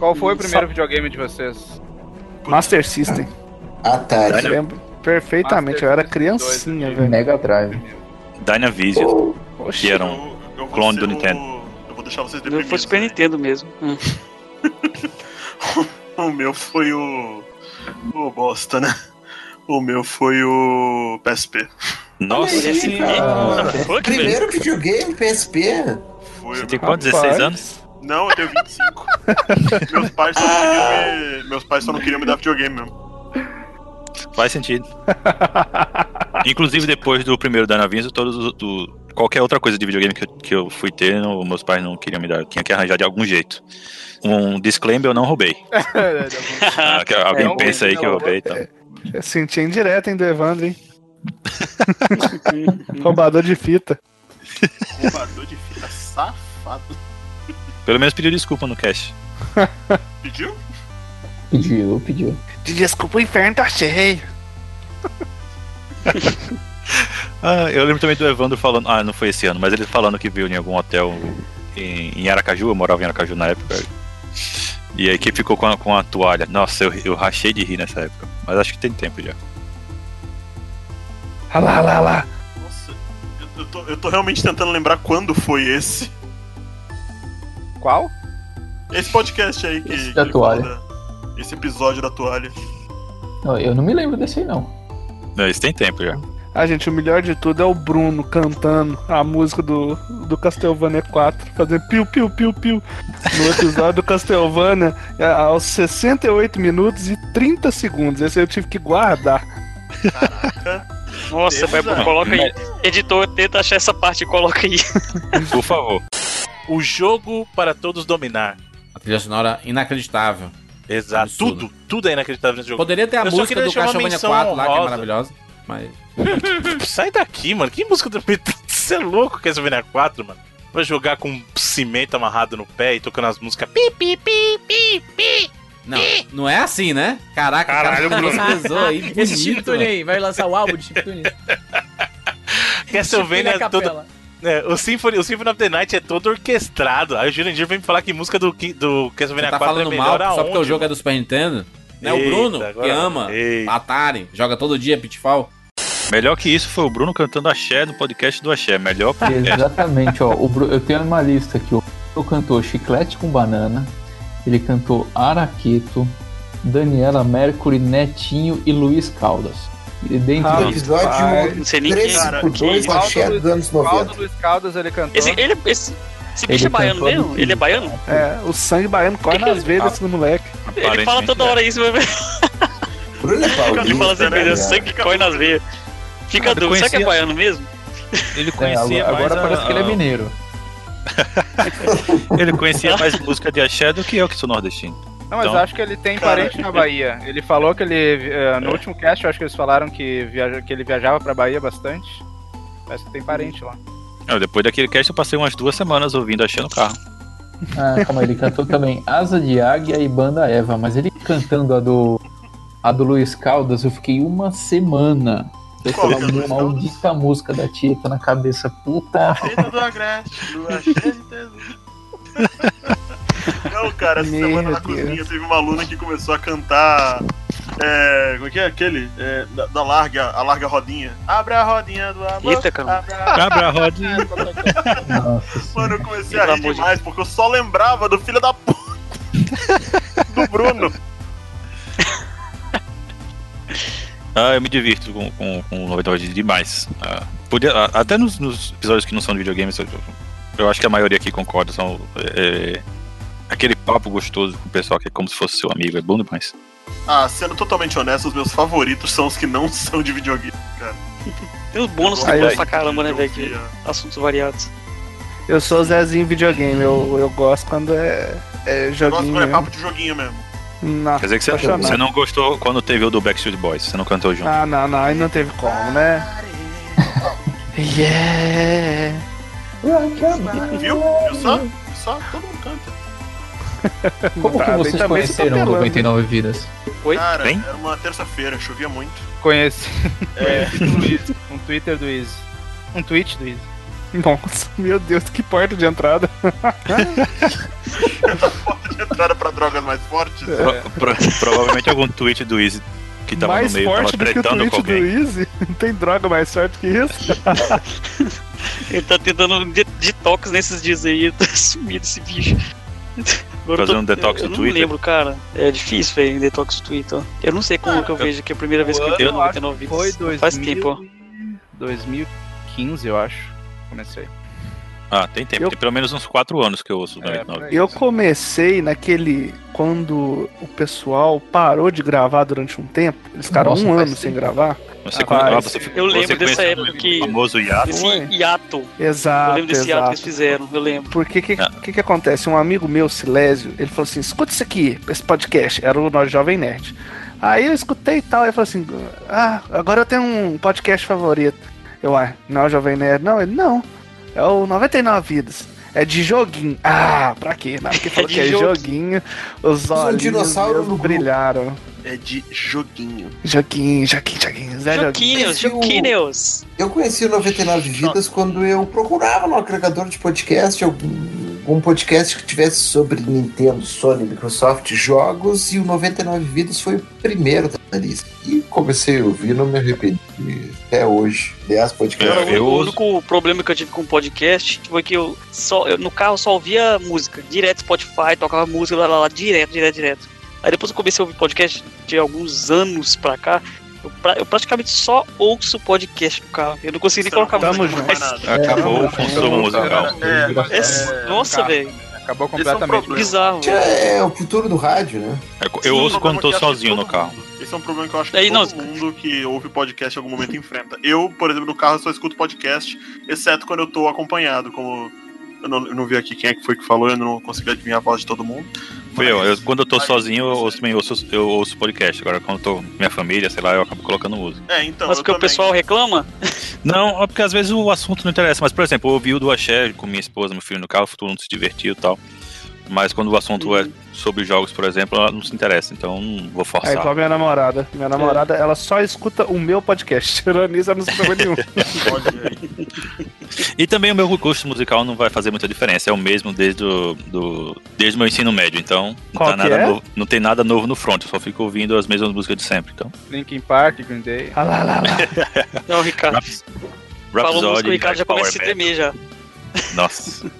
Qual foi o primeiro videogame de vocês? Master System. Atari. Eu lembro perfeitamente, eu era né? criancinha, velho. Mega Drive. Dynavision, que era eu um vou clone ser do o- Nintendo. Eu vou deixar vocês né? O meu foi Super Nintendo mesmo. Hum. O meu foi o. O bosta, né? O meu foi o PSP. Nossa, Olha aí, esse cara. game- Fuck, Primeiro velho. videogame PSP. Foi Você tem quantos, 16 anos? Não, eu tenho 25. meus, pais só não queriam me... meus pais só não queriam me dar videogame mesmo. Faz sentido. Inclusive, depois do primeiro Dynavision, todos os. do- qualquer outra coisa de videogame que eu, que eu fui ter, não- meus pais não queriam me dar. Eu tinha que arranjar de algum jeito. Um disclaimer: eu não roubei. Ah, que alguém um É, pensa aí que eu não, roubei e né? tal. Eu senti indireta, hein, do Evandro, hein? Roubador de fita. Roubador de fita safado. Pelo menos pediu desculpa no cast. Pediu? Pediu, pediu. Desculpa, o inferno tá cheio. Ah, eu lembro também do Evandro falando. Ah, não foi esse ano, mas ele falando que viu em algum hotel em, em Aracaju. Eu morava em Aracaju na época. E aí que ficou com a, com a toalha. Nossa, eu, eu rachei de rir nessa época. Mas acho que tem tempo já. Olha lá, olha lá, olha lá. Eu tô, eu tô realmente tentando lembrar quando foi esse. Qual? Esse podcast aí que. Esse que da ele fala toalha. da- Esse episódio da toalha. Não, eu não me lembro desse aí, não. Não, isso tem tempo já. Ah, gente, o melhor de tudo é o Bruno cantando a música do, do Castlevania 4, fazendo piu, piu, piu, piu. No episódio do Castlevania, é, aos 68 minutos e 30 segundos. Esse eu tive que guardar. Nossa, vai, coloca aí. Editor, tenta achar essa parte e coloca aí. Por favor. O jogo para todos dominar. A trilha sonora inacreditável. Exato. Tudo, tudo é inacreditável nesse jogo. Poderia ter a Eu só música queria do deixar uma Castlevania menção 4 lá, que é honrosa. maravilhosa. Mas. Sai daqui, mano. Que música do Você é louco com essa Venia 4, mano. Vai jogar com cimento amarrado no pé e tocando as músicas. Pi, pi, pi, pi, pi. Não, não é assim, né? Caraca, Caralho, o cara Bruno. pesou aí. Bonito, Esse chiptune aí, vai lançar o álbum de Chiptune. Castlevania Chiptune é a todo. capela. É, o, Symphony, o Symphony of the Night é todo orquestrado. Aí o Jurandir vem me falar que música do, Ki- do Você Castlevania tá 4 é falando melhor mal aonde? só porque o jogo é do Super Nintendo? Né? O Eita, Bruno, que agora- ama Atari, joga todo dia Pitfall. Melhor que isso foi o Bruno cantando axé no podcast do axé. Melhor podcast. Exatamente, ó. o Bru- eu tenho uma lista aqui. O Bruno cantou Chiclete com Banana, ele cantou Araqueto, Daniela Mercury, Netinho e Luiz Caldas. E dentro Ah, deles- episódio Não sei nem quem. é. 13 por 2 Cara, axé é dos anos 90. Luiz Caldas, ele cantou. Esse, ele, esse, esse bicho é baiano mesmo? Ele é baiano? É, o sangue baiano corre nas veias desse moleque. Ele fala toda hora isso, meu velho. Bruno é Ele fala assim, paulista, meu né? Deus, sangue que corre nas veias. Fica Ah, doido, será que é conhecia- baiano mesmo? Ele É, conhecia agora mais agora a- parece que ele é a- mineiro. Ele conhecia mais música de axé do que eu que sou nordestino. Não, mas Então- acho que ele tem parente na Bahia. Ele falou que ele. eh, no último cast, eu acho que eles falaram que, viaja, que ele viajava pra Bahia bastante. Parece que tem parente lá. Ah, depois daquele cast eu passei umas duas semanas ouvindo axé no carro. Ah, calma aí, ele cantou também Asa de Águia e Banda Eva, mas ele cantando a do a do Luiz Caldas, eu fiquei uma semana. Eu Qual que é falava a uma do Luiz Caldas? Tá, maldita música da Tieta na cabeça, puta. Feita do Agreste, do Axé de Tesouro. Não, cara, essa Meu semana na Deus. cozinha teve uma aluna que começou a cantar. É, como é que é aquele? É, da, da larga, a larga rodinha. Abre a rodinha do amor. Eita, cara. Abre a rodinha. Mano, eu comecei a rir demais porque eu só lembrava do filho da puta do Bruno. Ah, eu me divirto com, com, com 99 demais. Ah, podia- a- até nos, nos episódios que não são de videogames, eu, eu acho que a maioria aqui concorda. São, é, é, aquele papo gostoso com o pessoal que é como se fosse seu amigo, é bom demais. Ah, sendo totalmente honesto, os meus favoritos são os que não são de videogame, cara. Tem os bônus Aí, são bons aí. pra caramba, né, velho? que- Assuntos variados. Eu sou o Zezinho videogame, eu, eu gosto quando é, é Eu gosto joguinho. quando é papo mesmo. de joguinho mesmo. Não, Quer dizer que você, apaixonado. você não é, gostou quando teve o do Backstreet Boys, você não cantou junto. Ah, não, não, aí não teve como, né? yeah! Viu? Viu só? Viu só? Todo mundo canta. Como que Tá, vocês também você tá conheceram o apelando. 99 Vidas? Oi? Cara, Bem? era uma terça-feira, chovia muito. Conheci. É. Conheci do Izzy. um Twitter do Izzy. Um tweet do Izzy. Nossa, meu Deus, que porta de entrada. Entrada pra drogas mais Ah, fortes. Pro- pro- provavelmente algum tweet do Easy que tava é. mais no meio, forte tava do que o tretando tweet com do alguém. Easy? Não tem droga mais forte que isso? Ele tá tentando de- detox nesses dias aí, tá sumido esse bicho. Agora eu Fazer um detox eu, no eu Twitter? não lembro, cara. É difícil, velho, detox no Twitter. ó. Eu não sei como que eu vejo, que é a primeira vez que eu Eu tenho acho que 99 foi vidas. Faz 2000 tempo, ó. 2015, eu acho. Comecei. É, Ah, tem tempo, tem pelo menos uns 4 anos que eu ouço o 99. Eu comecei naquele. Quando o pessoal parou de gravar durante um tempo. Eles ficaram Nossa, um faz ano sem gravar. Você Faz. ah, você ficou- Eu lembro você dessa conheceu época que. o famoso Yato. Esse hiato. Exato, Eu lembro desse hiato que eles exato. fizeram, eu lembro. Porque o que, que, que acontece? Um amigo meu, Silésio, ele falou assim: escuta isso aqui, esse podcast. Era o Nós Jovem Nerd. Aí eu escutei e tal, aí eu falei assim: ah, agora eu tenho um podcast favorito. Eu, ah, não é o Jovem Nerd? Não, ele, não. É o 99 Vidas. É de joguinho. Ah, pra quê? Não, porque falou de que é joguinho. joguinho. Os um olhos dinossauro no mesmo grupo. brilharam. É de joguinho. Joguinho, joguinho, joguinho. Zé joguinho. Joquinhos, Joquinhos. Eu conheci o 99 Vidas quando eu procurava no agregador de podcast algum, algum podcast que tivesse sobre Nintendo, Sony, Microsoft, jogos e o 99 Vidas foi o primeiro da lista. E comecei a ouvir, não me arrependi até hoje. Aliás, É, podcast. Cara, o único problema que eu tive com o podcast foi que eu só eu, no carro só ouvia música, direto Spotify, tocava música lá, lá, lá direto, direto, direto. Aí depois eu comecei a ouvir podcast de alguns anos pra cá, Eu, pra- eu praticamente só ouço podcast no carro. Eu não consigo nem colocar Tamo música junto. mais. É, Acabou É, o consumo musical. É, nossa, velho. Acabou Esse é um completamente. problema. Bizarro. Que É, é o futuro do rádio, né? é Eu um ouço quando tô sozinho no carro. Esse é um problema que eu acho que todo mundo que ouve podcast em algum momento enfrenta. Eu, por exemplo, no carro eu só escuto podcast, exceto quando eu tô acompanhado, como. Eu não, eu não vi aqui quem é que foi que falou, eu não consegui adivinhar a voz de todo mundo. Foi eu, eu- Quando eu tô sozinho, eu ouço, também ouço, eu ouço podcast. Agora, quando eu tô com minha família, sei lá, eu acabo colocando música. É, então. Mas porque o pessoal reclama? Não, é porque às vezes o assunto não interessa. Mas, por exemplo, eu ouvi o do Axé com minha esposa, meu filho no carro, todo mundo se divertiu e tal. Mas quando o assunto Uhum. é sobre jogos, por exemplo, ela não se interessa. Então, eu não vou É forçar. igual a minha namorada. Minha namorada, ela só escuta o meu podcast. Tirando isso, ela não escuta mais nenhum. E também o meu gosto musical não vai fazer muita diferença. É o mesmo desde o do, desde o meu ensino médio. Então, não, Qual tá que nada é? novo- não tem nada novo no front. Eu só fico ouvindo as mesmas músicas de sempre. Então, Linkin Park, Green Day. Ah lá, lá, lá. Não, Ricardo. Falou música, o Rhapsody, Ricardo já começa a se Power tremer já. Nossa.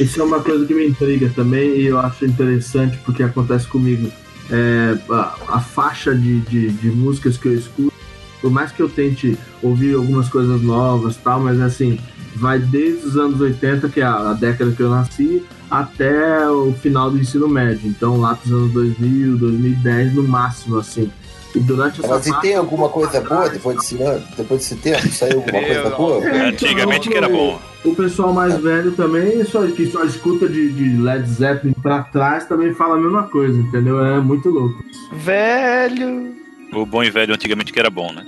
Isso é uma coisa que me intriga também e eu acho interessante porque acontece comigo. É, a, a faixa de, de, de músicas que eu escuto, por mais que eu tente ouvir algumas coisas novas tal, mas assim, vai desde os anos 80, que é a, a década que eu nasci, até o final do ensino médio. Então lá pros anos 2000, 2010 no máximo, assim. E durante essa Mas e faixa- tem alguma coisa boa depois desse ano? Depois desse tempo? Saiu alguma coisa boa? É, então, O pessoal mais velho também, só, que só escuta de, de Led Zeppelin pra trás, também fala a mesma coisa, entendeu? É muito louco. Velho! O bom e velho antigamente que era bom, né?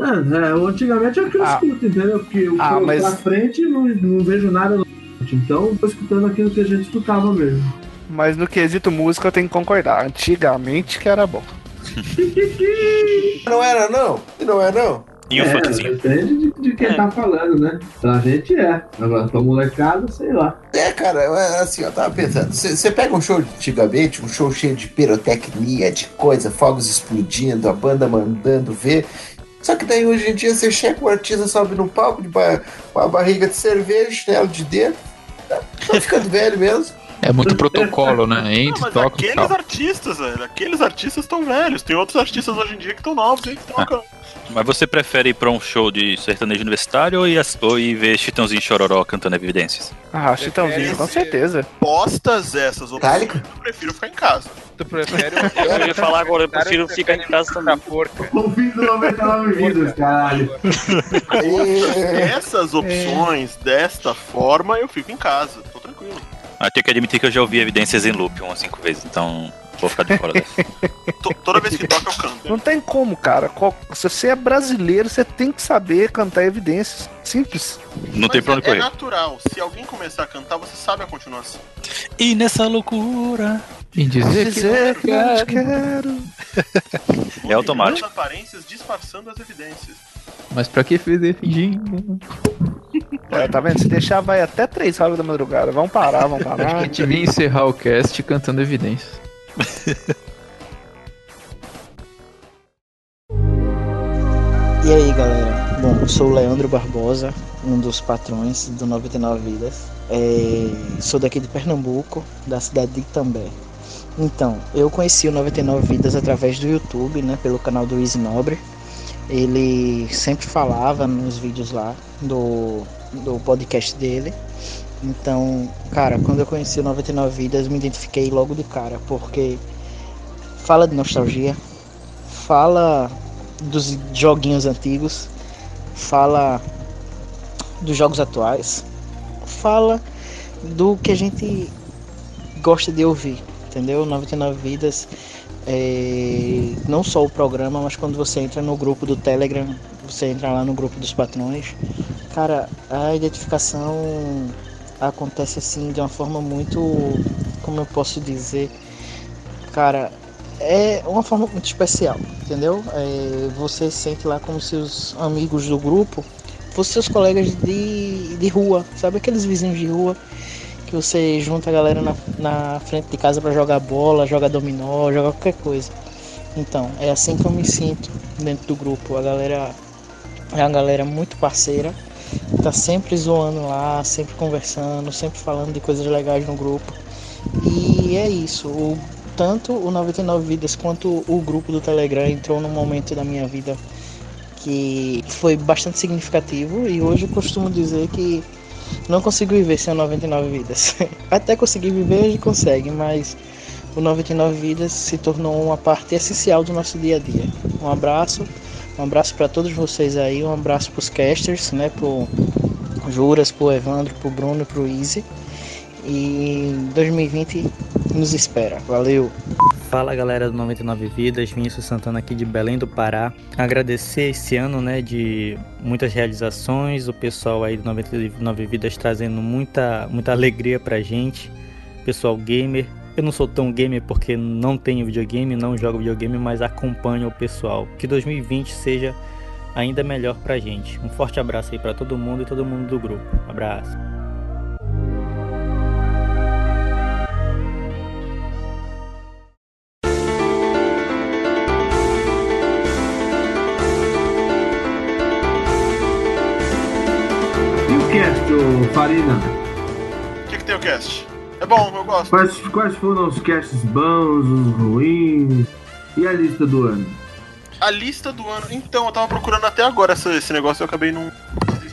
É, é, o antigamente é o que eu escuto, entendeu? Porque eu Ah, ah, mas- pra frente não, não vejo nada no Então eu tô escutando aquilo que a gente escutava mesmo. Mas no quesito música eu tenho que concordar. Antigamente que era bom. Não era, não? Não era, não? E é, Depende de, de É. quem tá falando, né? Pra gente é. Agora pra molecada, sei lá. É, cara, eu- assim, eu tava pensando. Você pega um show de antigamente, um show cheio de pirotecnia, de coisa, fogos explodindo, a banda mandando ver. Só que daí hoje em dia você chega, o artista sobe no palco de ba- com a barriga de cerveja, chinelo de dedo. Tá, tá ficando velho mesmo. É muito protocolo, né? Não, Entra, mas toca e aqueles tal. artistas, velho, aqueles artistas estão velhos. Tem outros artistas hoje em dia que estão novos aí que Ah. tocam. Mas você prefere ir pra um show de sertanejo universitário ou ir, as- ou ir ver Chitãozinho e Chororó cantando Evidências? Ah, Chitãozinho, com certeza. Postas essas, outras eu prefiro ficar em casa. Tu prefere Eu ia falar agora, eu prefiro é ficar em casa também. O fim do 99 vidas, caralho. Essas opções, desta forma, eu fico em casa. Tô tranquilo. Ah, tenho que admitir que eu já ouvi Evidências em loop umas cinco vezes, então vou ficar de fora dessa. Toda vez que toca, eu canto. Não tem como, cara. Qual- Se você é brasileiro, você tem que saber cantar evidências. Simples. Não tem pra onde É correr. natural. Se alguém começar a cantar, você sabe a continuação. E nessa loucura. Em dizer, Dizer que eu te quero. É automático. As aparências disfarçando as evidências. Mas pra que fazer fingir? É, tá vendo? Se deixar, vai até 3 horas da madrugada. Vamos parar, vamos Ah, A parar. gente devia encerrar o cast cantando evidências. E aí galera, bom, eu sou o Leandro Barbosa, um dos patrões do 99 Vidas. É, sou daqui de Pernambuco, da cidade de Itambé. Então, eu conheci o 99 Vidas através do YouTube, né, pelo canal do Easy Nobre. Ele sempre falava nos vídeos lá do, do podcast dele. Então, cara, quando eu conheci o 99 Vidas, me identifiquei logo de cara, porque fala de nostalgia, fala dos joguinhos antigos, fala dos jogos atuais, fala do que a gente gosta de ouvir, entendeu? 99 Vidas, é, não só o programa, mas quando você entra no grupo do Telegram, você entra lá no grupo dos patrões, cara, a identificação acontece assim de uma forma muito, como eu posso dizer, cara, é uma forma muito especial, entendeu? É, você sente lá como seus amigos do grupo, os seus colegas de, de rua, sabe aqueles vizinhos de rua que você junta a galera na, na frente de casa pra jogar bola, jogar dominó, jogar qualquer coisa. Então, é assim que eu me sinto dentro do grupo. A galera é uma galera muito parceira, tá sempre zoando lá, sempre conversando, sempre falando de coisas legais no grupo. E é isso, o tanto o 99 Vidas quanto o grupo do Telegram entrou num momento da minha vida que foi bastante significativo e hoje eu costumo dizer que não consigo viver sem o 99 Vidas. Até conseguir viver a gente consegue, mas o 99 Vidas se tornou uma parte essencial do nosso dia a dia. Um abraço, um abraço para todos vocês aí, um abraço para os casters, né, pro Juras, pro Evandro, pro Bruno, pro Easy. E 2020 nos espera. Valeu. Fala galera do 99 Vidas, Vinícius Santana aqui de Belém do Pará. Agradecer esse ano né, de muitas realizações, o pessoal aí do 99 Vidas trazendo muita, muita alegria pra gente, pessoal gamer. Eu não sou tão gamer porque não tenho videogame, não jogo videogame, mas acompanho o pessoal. Que 2020 seja ainda melhor pra gente. Um forte abraço aí pra todo mundo e todo mundo do grupo. Abraço. E o cast, ô Farina? O que, que tem o cast? É bom, eu gosto. Quais, quais foram os casts bons, os ruins? E a lista do ano? A lista do ano. Então, eu tava procurando até agora essa- esse negócio e eu acabei não.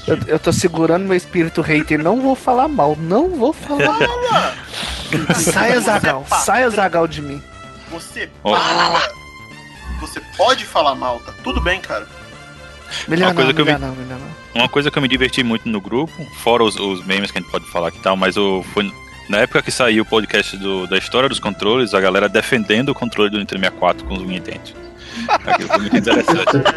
Eu, eu tô segurando meu espírito hater, não vou falar mal, não vou falar mal. saia Zagal, saia Zagal de mim. Você para! Você pode falar mal, tá tudo bem, cara. Melhor Uma coisa não, que eu melhor vi- não, melhor não. Uma coisa que eu me diverti muito no grupo, fora os, os memes que a gente pode falar que tal, mas eu, foi na época que saiu o podcast do- da história dos controles, a galera defendendo o controle do Nintendo 64 com o Nintendo. Aquilo foi muito interessante.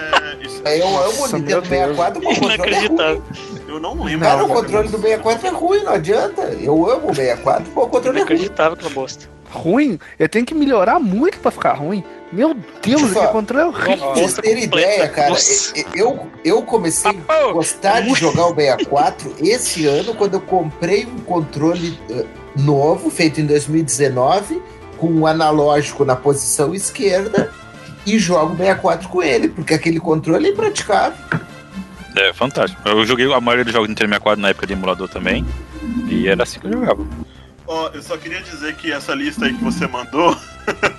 Eu amo o Nintendo 64, mas o controle é ruim. Eu não lembro. Cara, o controle do 64 é ruim, não adianta. Eu amo o 64, pô, o controle é ruim. Inacreditável aquela bosta. Ruim? Eu tenho que melhorar muito pra ficar ruim. Meu Deus, Só- que É controle é horrível. Pra vocês terem Tipo, ideia, cara, e- e- eu, eu comecei Tá a gostar de jogar o 64 esse ano quando eu comprei um controle eh, novo, feito em 2019, com um analógico na posição esquerda e jogo 64 com ele, porque aquele controle é impraticável. É fantástico. Eu joguei a maioria dos jogos do Nintendo 64 na época de emulador também. E era assim que eu jogava. Ó, eu só queria dizer que essa lista aí que você mandou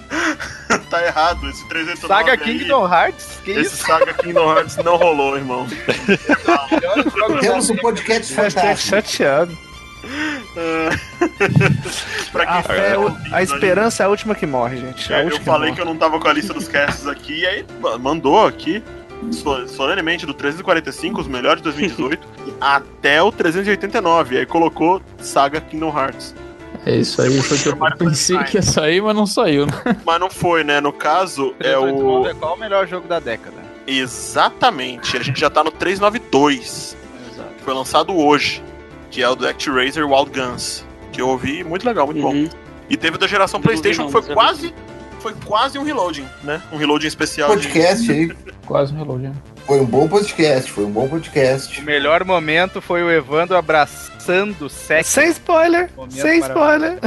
tá errado. Esse 309 Saga aí- Kingdom Hearts? Que Esse isso? Saga Kingdom Hearts não rolou, irmão. Temos um podcast fantástico. chateado. pra quem A, fé é o- ouvindo, a esperança é a última que morre, gente. É a É, eu última falei que que eu não tava com a lista dos casts aqui, e aí ma- mandou aqui, so- solenemente, do 345, os melhores de 2018, até o 389. E aí colocou Saga Kingdom Hearts. É isso aí, foi o que eu pensei que ia sair, mas não saiu. né? Mas não foi, né? No caso, é o. Qual o melhor jogo da década? Exatamente, a gente já tá no 392. que Foi lançado hoje, que é o do ActRaiser Wild Guns. Que eu ouvi muito legal, muito bom. E teve da geração PlayStation, que foi quase. Foi quase um reloading, né? Um reloading especial. de- Podcast é aí. Quase um reload, né? Foi um bom podcast, foi um bom podcast. O melhor momento foi o Evandro abraçando o sexo. Sem spoiler! Momento Sem spoiler!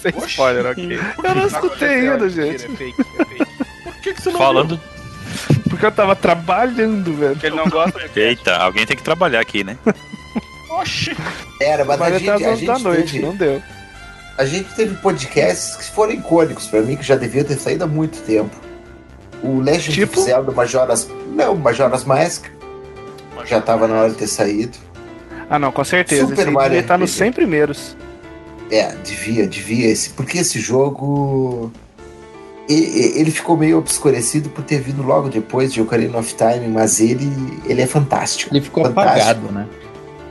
Sem spoiler, ok. Hum. Eu não escutei ainda, gente. Por que, que você não Falando. é Porque eu tava trabalhando, velho. ele não gosta Eita, alguém tem que trabalhar aqui, né? Oxi! Era, mas, Mas a é eu gente, tava a às gente da noite, teve, não deu. A gente teve podcasts que foram icônicos pra mim, que já devia ter saído há muito tempo. O Legend Tipo? of Zelda Majora's... Não, Majora's Mask. Já tava na hora de ter saído. Ah, não, com certeza. Super esse aí Mario devia estar nos RPG. 100 primeiros. É, devia, devia. Esse, porque esse jogo... e- e- Ele ficou meio obscurecido por ter vindo logo depois de Ocarina of Time, mas ele, ele é fantástico. Ele ficou apagado, né?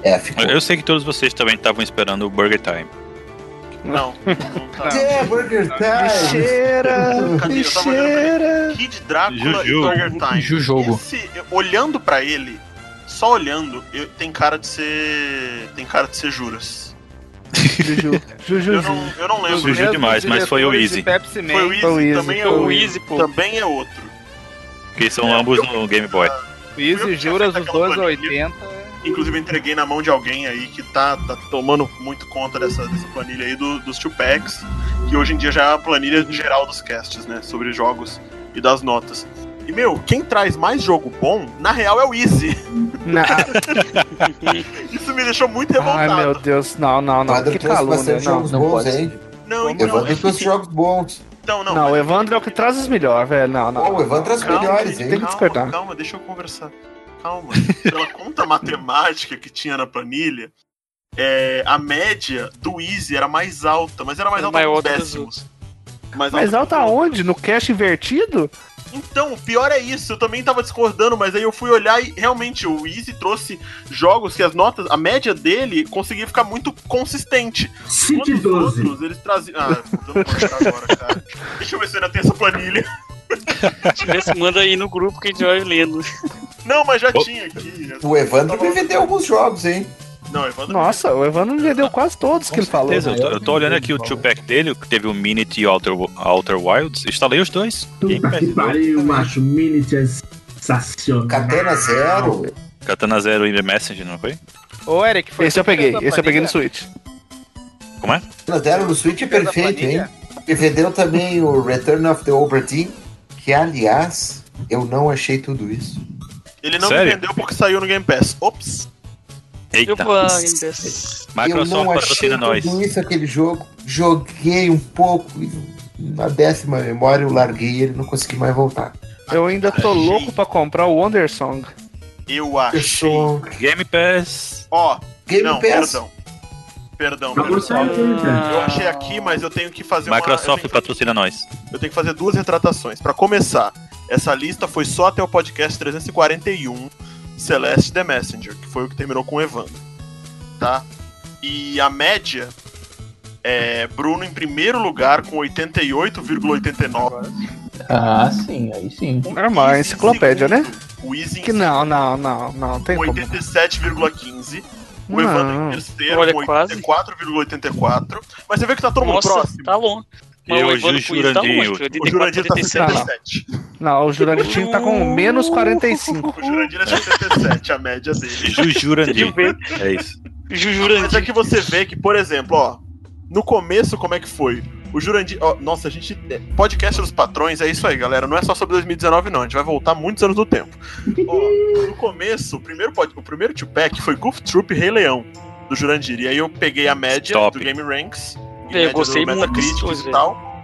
É, ficou. Eu sei que todos vocês também estavam esperando o Burger Time. Não. É, Burger Time! Cadê? Eu tava olhando pra ele. Kid Drácula Juju. e Burger Time. Jujogo. Esse, eu- olhando pra ele, só olhando, eu- tem cara de ser. Tem cara de ser Juras. Juju. Juju. Eu não, eu não lembro. Juju Mesmo demais, mas foi o diretores de Easy. Pepsi Man. Foi o Easy, Foi o Easy, também é foi o o Easy, Easy, pô. Também é outro. Que são É. ambos no Game Boy. Easy Juras, os dois é 80. Inclusive, eu entreguei na mão de alguém aí que tá, tá tomando muito conta dessa, dessa planilha aí do- dos two packs, que hoje em dia já é a planilha geral dos casts, né? Sobre jogos e das notas. E, meu, quem traz mais jogo bom, na real, é o Easy. Na- Isso me deixou Ai, muito revoltado. meu Deus, não, não, não. Quadro Que trouxe calúnia, bastante não. jogos bons, hein? Não, assim, então, Evandro fez jogos bons. Então, não. o Evandro é o que traz os melhores, velho. Não, não. Pô, o Evandro traz os Calma, melhores, hein? calma, calma, deixa eu conversar. Calma. Pela conta matemática que tinha na planilha, é, a média do Easy era mais alta, mas era mais alta que os décimos. Mais Mas alta alta onde? No cash invertido? Então, o pior é isso. Eu também tava discordando, mas aí eu fui olhar e realmente o Easy trouxe jogos que as notas, a média dele conseguia ficar muito consistente. City Todos os 12. outros, eles traziam. Ah, puta, eu não vou achar agora, cara. Deixa eu ver se eu ainda tem essa planilha. Se tivesse, manda aí no grupo que a gente vai lendo. Não, mas já tinha aqui. O Então Evandro me vendeu alguns jogos, hein? Não, Evandro. Nossa, o Evandro vendeu quase todos que ele falou. Beleza, eu tô, eu tô olhando aqui o two-pack dele, que teve o Minute e o Outer, Outer Wilds. Instalei os dois. Game Puta Pass. que pariu, macho. Minit é sensacional. Catena zero. Katana Zero e The Messenger, não foi? Ô, Eric, foi Esse eu tu que peguei, fez a esse eu peguei no planilha? Switch. Como é? Catena zero no Switch é perfeito, hein? E vendeu também o Return of the Obertin, que aliás, eu não achei tudo isso. Ele não Sério? me vendeu porque saiu no Game Pass. Ops. Eita. eu não Microsoft achei patrocina nós. tudo isso aquele jogo. Joguei um pouco e na décima memória eu larguei ele não consegui mais voltar. Eu ainda tô louco pra comprar o Wonder Song. Eu achei. Game Pass. Ó, Game não, Pass. perdão. Perdão, perdão. Eu achei aqui, mas eu tenho que fazer uma- Microsoft patrocina nós. Eu tenho que fazer duas retratações. Pra começar, essa lista foi só até o podcast 341 Celeste The Messenger, que foi o que terminou com o Evandro. Tá? E a média é Bruno em primeiro lugar com 88,89. Ah, sim, aí sim. Normal, é enciclopédia, né? O Easy Que não, não, não, não, tem como. né? 87,15. Não. O Evandro em terceiro com 84,84. Mas você vê que tá todo mundo Nossa, próximo. Tá longe. Mas Eu, o Evandro Ju com isso tá Jurandir, longe. o- foi o Jurandir tá 84,37. 77. Não, o Jurandir tá Uh! com menos 45. O Jurandir é 77, a média dele. Jujurandir. É isso. Jujurandir. Mas é que você vê que, por exemplo, ó, no começo como é que foi? O Jurandir, ó, nossa, a gente é, podcast dos patrões, é isso aí, galera, não é só sobre 2019 não, a gente vai voltar muitos anos do tempo. Ó, no começo, o primeiro pod, o primeiro two pack foi Goof Troop e Rei Leão do Jurandir. E aí eu peguei a média do Game Ranks, e Eu média gostei do muito Metacritic dessas coisas, e tal.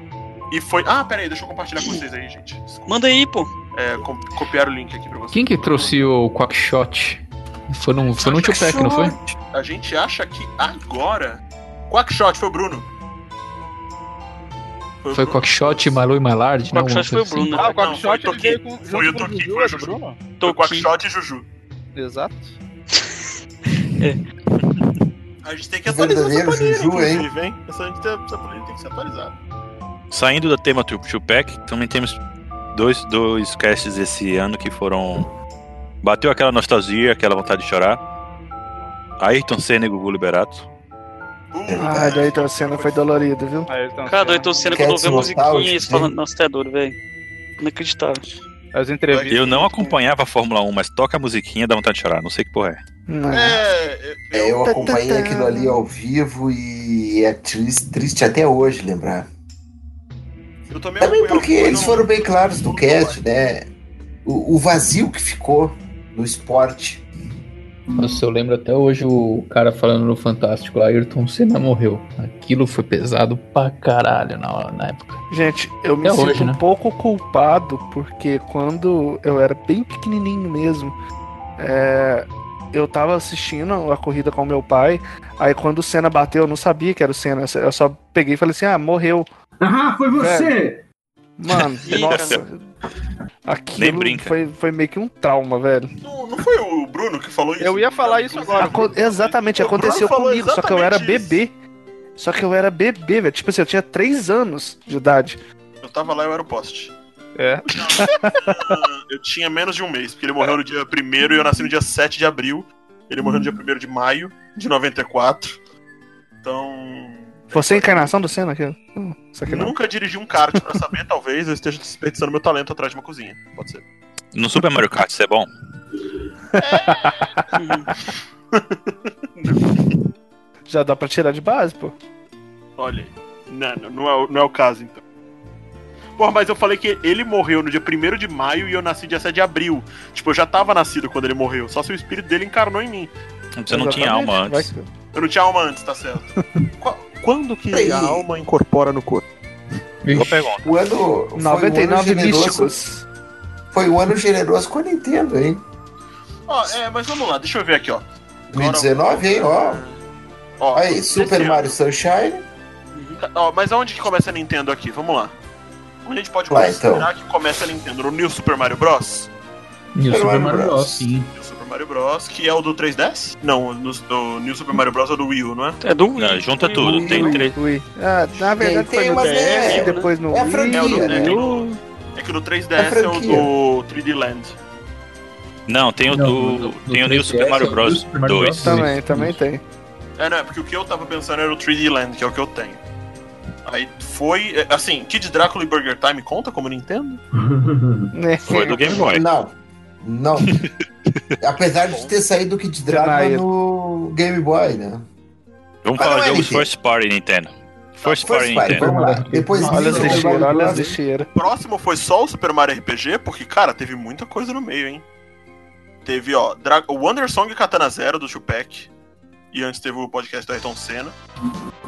E foi, ah, peraí, deixa eu compartilhar com vocês aí, gente. Manda aí, pô. É, com- copiar o link aqui pra vocês. Quem que trouxe o Quackshot? Foi num, foi num Tupac, não foi? A gente acha que agora. Quackshot foi o Bruno. Foi Quackshot, Malu e Malard, não? Quackshot alguma coisa foi o Bruno, assim. né? Ah, Quackshot Não, foi o ele Toquinho. veio com- Foi junto o com o Toquinho, Juju, foi o é do Juju. Bruno? Foi Quackshot e Juju. Exato. A gente tem que atualizar essa Verdadeiro planilha, Juju, hein? inclusive, hein? Essa, a gente tem, essa planilha tem que ser atualizada. Saindo do tema Two Two Pack, também temos dois, dois casts esse ano que foram. Bateu aquela nostalgia, aquela vontade de chorar. Ayrton Senna e Gugu Liberato. Ah, daí a cena foi dolorido, viu? Uh! Cara, Ah, eu tô sendo quando eu ouvi a musiquinha e falando, nossa, tá duro, velho. Inacreditável. As entrevistas. Eu não acompanhava a Fórmula 1, mas toca a musiquinha dá vontade de chorar. Não sei que porra é. É, eu acompanhei aquilo ali ao vivo e é triste, triste até hoje lembrar. também, porque eles foram bem claros no cast, né? O, o vazio que ficou no esporte. Nossa, eu lembro até hoje o cara falando no Fantástico lá, Ayrton Senna morreu. Aquilo foi pesado pra caralho na, hora- na época. Gente, eu me Até sinto hoje, um né? pouco culpado porque quando eu era bem pequenininho mesmo, é, eu tava assistindo a corrida com meu pai. Aí quando o Senna bateu, eu não sabia que era o Senna. Eu só peguei e falei assim: ah, morreu. Ah, foi você! É. Velho, mano, nossa. Aquilo foi, foi meio que um trauma, velho. Não, não foi o Bruno que falou isso? Eu ia falar isso agora. Aco- exatamente, O Bruno aconteceu falou comigo, só que eu era exatamente bebê. Só que eu era bebê, velho. Tipo assim, eu tinha 3 anos de idade. Eu tava lá, eu era o poste. É. eu tinha menos de um mês, porque ele morreu no dia 1 e eu nasci no dia 7 de abril. Ele morreu no dia 1 de maio de 94. Então. Você é a encarnação do Senna? aqui? Hum, Isso aqui não. Nunca dirigi um kart pra saber, talvez eu esteja desperdiçando meu talento atrás de uma cozinha. Pode ser. No Super Mario Kart, isso é bom? Já dá pra tirar de base, pô. Olha aí. Não, não, não é, o- não é o caso, então. Porra, mas eu falei que ele morreu no dia 1 de maio e eu nasci dia 7 de abril. Tipo, eu já tava nascido quando ele morreu, só se o espírito dele encarnou em mim. Você não tinha alma antes. Eu não tinha alma antes, tá certo. Qual- Quando que a alma incorpora no corpo? Boa pergunta. O ano. foi um ano 99 generoso. místicos. Foi um ano generoso com a Nintendo, hein? Ó, é, mas vamos lá, deixa eu ver aqui, ó. 2019, hein? Tá Ó. Ó, Aí, Super dezembro. Mario Sunshine. Tá, ó, mas aonde que começa a Nintendo aqui? Vamos lá. A gente pode Lá, considerar que começa a Nintendo no New Super Mario Bros. New Super Mario Bros, sim. New Super Mario Bros, que é o do 3DS? Não, no, do New Super Mario Bros é o do Wii U, não é? É do Não, junta tudo, tem três. Ah, na verdade Tem- tem foi no umas DS, ideias, depois no É a Wii, franquia, né? no- Tem o- É que o do 3DS É é o do 3D Land. Não, tem o do. tem o New Super Mario Bros. 2. Também, também tem. É, não, é porque o que eu tava pensando era o 3D Land, que é o que eu tenho. Aí foi. é, Assim, Kid Drácula e Burger Time conta como Nintendo? Foi do Game Boy. Não. Não. Apesar de ter saído o Kid Drácula no Game Boy, né? Vamos Mas falar não de é jogos Nintendo. First Party Nintendo. First Party Party, Nintendo. vamos lá. Depois Olha as disso, lixeiras, Mario olha as Bros. lixeiras. Próximo foi só o Super Mario RPG, porque, cara, teve muita coisa no meio, hein? Teve, ó, Dra o Wonder Song Katana Zero do Tupac. E antes teve o podcast do Ayrton Senna.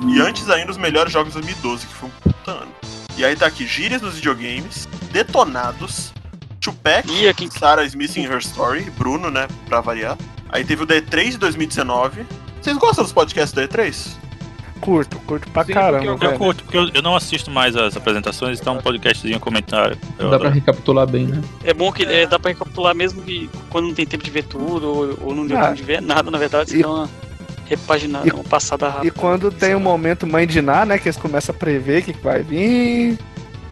E antes ainda os melhores jogos de 2012, que foi um puta ano. E aí tá aqui gírias nos videogames, detonados, Tupac, Sarah Smith in Her Story, Bruno, né, pra variar. Aí teve o D3 de 2019. Vocês gostam dos podcasts do E3? Curto, curto pra Eu, caramba. eu curto, porque eu, eu não assisto mais as apresentações, então um podcastzinho, comentário. Eu Dá pra adoro. recapitular bem, né? É bom que é, dá pra recapitular mesmo que quando não tem tempo de ver tudo, ou, ou não deu Ah, tempo de ver nada, na verdade, você dá uma repaginada, e- uma passada rápida. E quando tem o momento mãe de Ná, né? Que eles começam a prever o que que vai vir.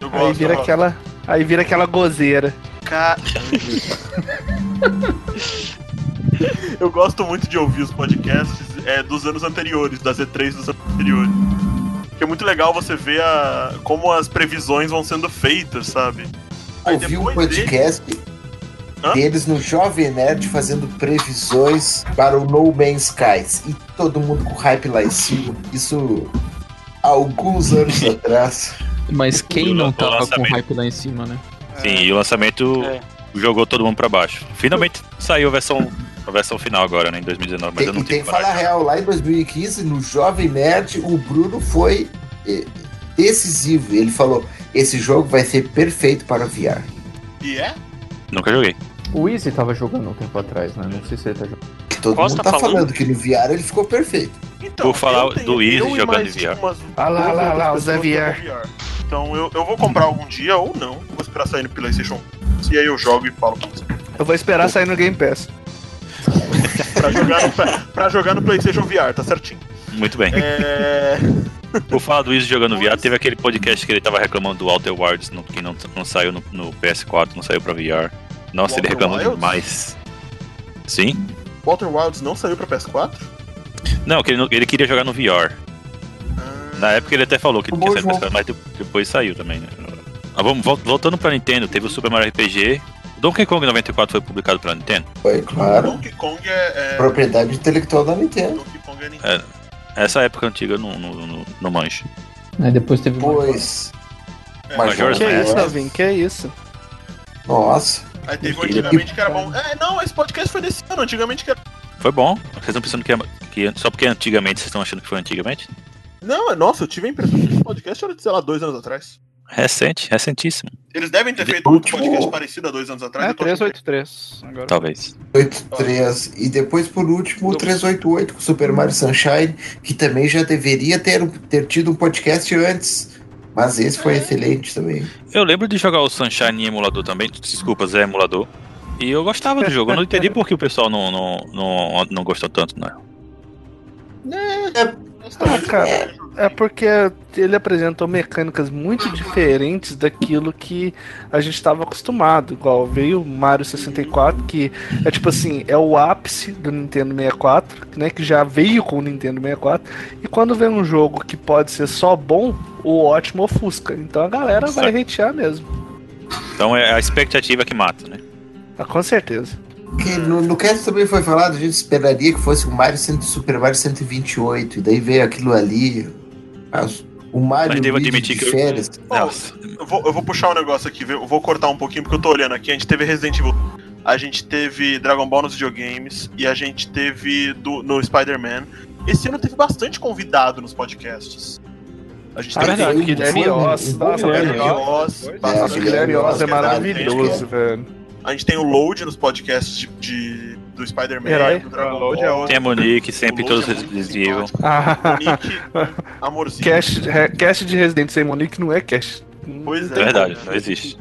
aí gosto, vira eu gosto. aquela. Aí vira aquela gozeira. Ca- Eu gosto muito de ouvir os podcasts é, dos anos anteriores, das E3 dos anos anteriores. Porque é muito legal você ver a- como as previsões vão sendo feitas, sabe? Ouvi um podcast deles no Jovem Nerd fazendo previsões para o No Man's Skies. E todo mundo com hype lá em cima. Isso há alguns anos atrás. Mas quem não tava com lançamento. hype lá em cima, né? Sim, e o lançamento É. jogou todo mundo pra baixo. Finalmente saiu a versão, a versão final agora, né, em 2019, mas eu e não tem que tive falar coragem. real, lá em 2015, no Jovem Nerd, o Bruno foi eh, decisivo. Ele falou: esse jogo vai ser perfeito para o VR. E é? Nunca joguei. O Easy tava jogando um tempo atrás, né? Não sei se ele tá jogando. Todo mundo tá falando? que no VR ele ficou perfeito. então, Por falar do eu um Easy e jogando em mais VR. umas Ah lá, duas lá, outras lá, o Zé pessoas VR. jogam VR. Então eu, eu vou comprar algum dia ou não. Vou esperar sair no PlayStation 1. E aí eu jogo e falo pra você. Eu vou esperar sair no Game Pass. Pra jogar no, pra, pra jogar no PlayStation VR, tá certinho. Muito bem. É. Por falar do Easy jogando VR, teve aquele podcast que ele tava reclamando do Outer Wilds, no- que não, não saiu no, no PS4, não saiu pra VR. Nossa, ele Outer reclamou Wilds? demais. Sim? Walter Wilds não saiu pra PS4? Não, que ele, não- ele queria jogar no VR. Ah. Na época ele até falou que tinha saído pra PS4, mas de- depois saiu também, né? Ah, vamos, vol- voltando pra Nintendo, teve o Super Mario RPG. Donkey Kong 94 foi publicado pra Nintendo? Foi, claro. Donkey Kong é. é- Propriedade intelectual da Nintendo. É, essa época antiga eu não, não, não, não manjo. Aí depois teve. Pois. É, Majora's que isso, Mask. Alvin? Que isso? Nossa. Aí teve um Filha antigamente que era bom. É, não, esse podcast foi desse ano. Antigamente que era. Foi bom. Vocês estão pensando que, é, que é- só porque é antigamente, vocês estão achando que foi antigamente? Não, é- nossa, eu tive a impressão que esse podcast era, de, sei lá, dois anos atrás. Recente, recentíssimo. Eles devem ter feito outro podcast parecido há dois anos atrás. eu tô achando que- 383. Agora. Talvez. 83. E depois, por último, o 388 com Super Mario Sunshine, que também já deveria ter, ter tido um podcast antes. Mas esse foi excelente também. Eu lembro de jogar o Sunshine em emulador também. Desculpa, Zé emulador. E eu gostava do jogo. Eu não entendi por que o pessoal não, não, não, não gostou tanto, né? Ah, cara, é porque ele apresentou mecânicas muito diferentes daquilo que a gente estava acostumado. Igual veio o Mario 64, que é tipo assim, é o ápice do Nintendo 64, né? Que já veio com o Nintendo 64. E quando vem um jogo que pode ser só bom, o ótimo ofusca. Então a galera vai hatear mesmo. Então é a expectativa que mata, né? Ah, com certeza. Que no, no cast também foi falado, a gente esperaria que fosse o Mario 100, Super Mario 128. E daí veio aquilo ali. as- o Mario Mas devo Luigi admitir de que eu- férias. Eu vou, eu vou puxar um negócio aqui, viu? eu vou cortar um pouquinho porque eu tô olhando aqui. A gente teve Resident Evil, a gente teve Dragon Ball nos videogames e a gente teve do, no Spider-Man. Esse ano teve bastante convidado nos podcasts. A gente Ah, teve verdade, Guilherme Oss. Nossa, Guilherme Guilherme Oss. Oss. bastante Nossa, Guilherme Oss é convidado. Tem gente que- maravilhoso, velho. A gente tem o Load nos podcasts de, de- do Spider-Man, Herói. do Dragon Ball. Load é outro. Tem a Monique, sempre todos Resident Ah, amorzinho. Cast, re- cast de Resident sem Monique não é cast. Pois É verdade, não existe.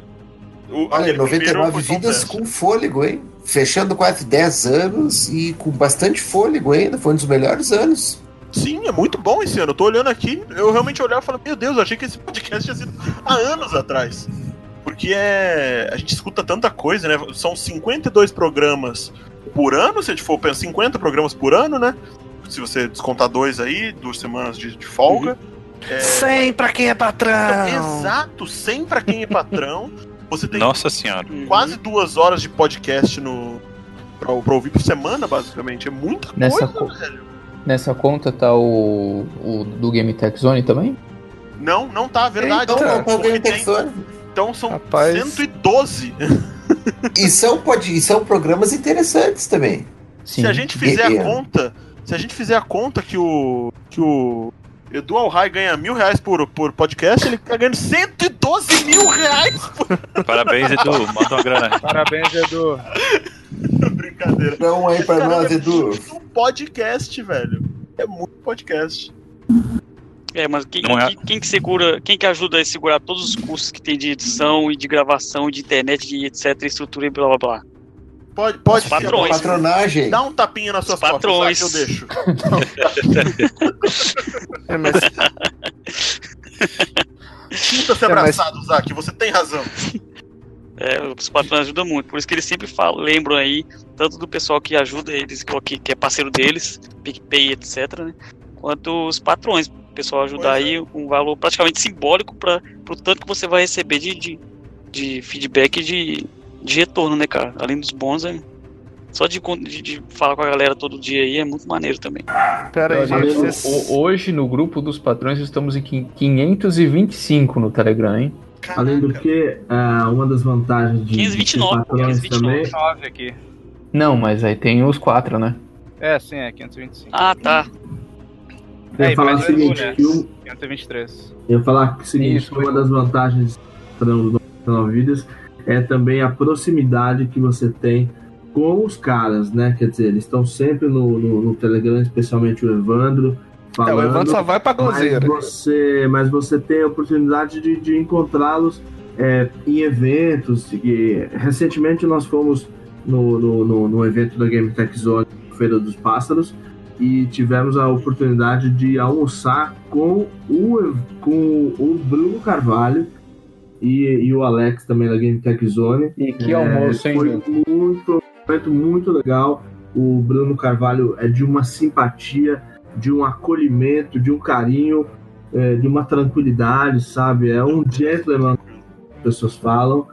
O, Olha, aquele um 99 primeiro foi vidas com fôlego, hein? Fechando quase 10 anos e com bastante fôlego ainda. Foi um dos melhores anos. Sim, é muito bom esse ano. Eu tô olhando aqui, eu realmente olhava e falava, meu Deus, eu achei que esse podcast tinha sido há anos atrás. Porque é. A gente escuta tanta coisa, né? São 52 programas por ano, se a gente for pensar, 50 programas por ano, né? Se você descontar dois aí, duas semanas de, de folga. Uhum. É, 100 pra quem é patrão. Exato, 100 pra quem é patrão. Você tem Nossa senhora. quase duas horas de podcast no. Pra, pra ouvir por semana, basicamente. É muita Nessa coisa, co- velho. Nessa conta tá o, o do Game Tech Zone também? Não, não tá, verdade. Então, cara, não tá porque bem tem- interessante. Então são Rapaz. 112. E são, pode, e são programas interessantes também. se a gente fizer É, é. a conta, se a gente fizer a conta que o que o Edu Alhai ganha mil reais por, por podcast, ele tá ganhando 112 mil reais por Parabéns, Edu. Manda uma grana. Parabéns, Edu. Brincadeira. Então aí pra Caramba, nós, Edu. é um podcast, velho. É muito podcast. É, mas quem, Não é- que- quem que segura, quem que ajuda a segurar todos os custos que tem de edição e de gravação, de internet, e etc, estrutura e blá blá blá. Pode, pode Os patrões. Patronagem. Dá um tapinha nas suas patrões. costas, tá? que eu deixo. É, mas... Sinta-se É, mas- abraçado, Zac, você tem razão. É, os patrões ajudam muito, por isso que eles sempre falam, lembram aí, tanto do pessoal que ajuda eles, que, que é parceiro deles, PicPay, etc, né? Quanto os patrões, o pessoal ajudar é. aí um valor praticamente simbólico para o tanto que você vai receber de, de, de feedback e de, de retorno, né, cara? Além dos bons, é, só de, con- de, de falar com a galera todo dia aí é muito maneiro também. Pera aí, gente. Olha, vocês- o- Hoje no grupo dos patrões estamos em quin- 525 no Telegram, hein? Além do que, ah, uma das vantagens de, 529, de ser patrões também 529 aqui. Não, mas aí tem os quatro, né? É, sim, é 525. Ah, tá. Eu ia É, e falar mais o o Edu, seguinte, né? que o- 523. Eu ia falar que o seguinte, uma das vantagens para os novos vidas é também a proximidade que você tem com os caras, né? Quer dizer, eles estão sempre no, no, no Telegram, especialmente o Evandro. Falando, o Evandro só vai pra gozeira. Mas você, mas você tem a oportunidade de, de encontrá-los é, em eventos. E, recentemente nós fomos no, no, no, no evento da Game Tech Zone, Feira dos Pássaros, e tivemos a oportunidade de almoçar com o, com o Bruno Carvalho e, e o Alex também da Game Tech Zone. É, E que almoço, hein, Foi gente? muito, muito, muito legal. O Bruno Carvalho é de uma simpatia, de um acolhimento, de um carinho, é, de uma tranquilidade, sabe? É um gentleman, como as pessoas falam.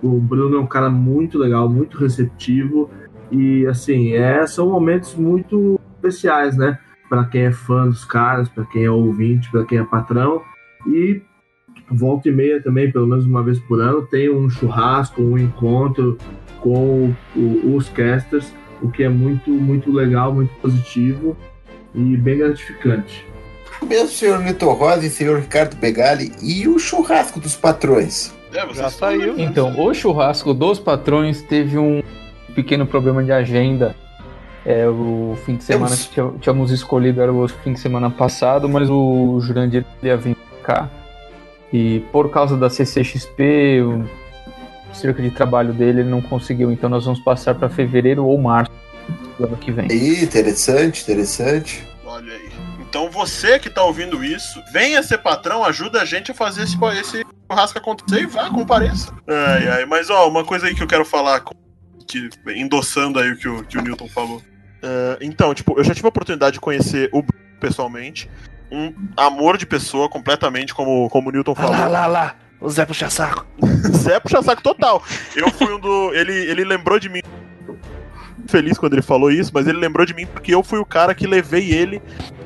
O Bruno é um cara muito legal, muito receptivo. E assim, é, são momentos muito especiais, né? Pra quem é fã dos caras, pra quem é ouvinte, pra quem é patrão. E volta e meia também, pelo menos uma vez por ano, tem um churrasco, um encontro com o- o- os casters, o que é muito, muito legal, muito positivo e bem gratificante. O mesmo senhor Nito Rosa e senhor Ricardo Begali e o churrasco dos patrões. Já saiu. Então, o churrasco dos patrões teve um pequeno problema de agenda. É, o fim de semana que tinha- tínhamos escolhido era o fim de semana passado, mas o Jurandir ia vir cá. E por causa da CCXP, o- cerca de trabalho dele, ele não conseguiu. Então nós vamos passar para fevereiro ou março do ano que vem. Ih, interessante, interessante. Olha aí. Então você que tá ouvindo isso, venha ser patrão, ajuda a gente a fazer esse, esse churrasco acontecer e vá, compareça. Ai, ai, mas ó, uma coisa aí que eu quero falar, com- que, endossando aí o que, o que o Newton falou. É, então, tipo, eu já tive a oportunidade de conhecer o Bruno pessoalmente. Um amor de pessoa, completamente, como, como o Newton Ah falou. lá, lá, lá. O Zé puxa saco. Zé puxa saco total. Eu fui um do. Ele, ele lembrou de mim. Feliz quando ele falou isso, mas ele lembrou de mim porque eu fui o cara que levei ele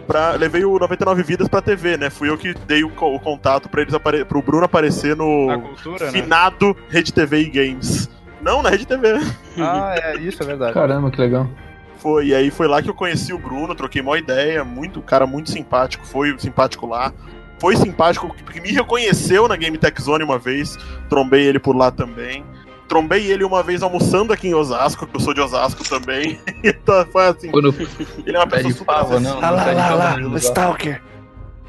para Levei o 99 Vidas pra TV, né? Fui eu que dei o, co- o contato para eles apare pro Bruno aparecer no cultura, né? finado Rede TV e Games. Não, na Rede TV. Ah, é, isso é verdade. Caramba, que legal. Foi, e aí foi lá que eu conheci o Bruno, troquei uma ideia, muito cara muito simpático, foi simpático lá. Foi simpático, porque me reconheceu na Game Tech Zone uma vez, trombei ele por lá também. Trombei ele uma vez almoçando aqui em Osasco, que eu sou de Osasco também. então foi assim. Ele é uma pessoa super pava, não, acessível. não pede pava no lugar.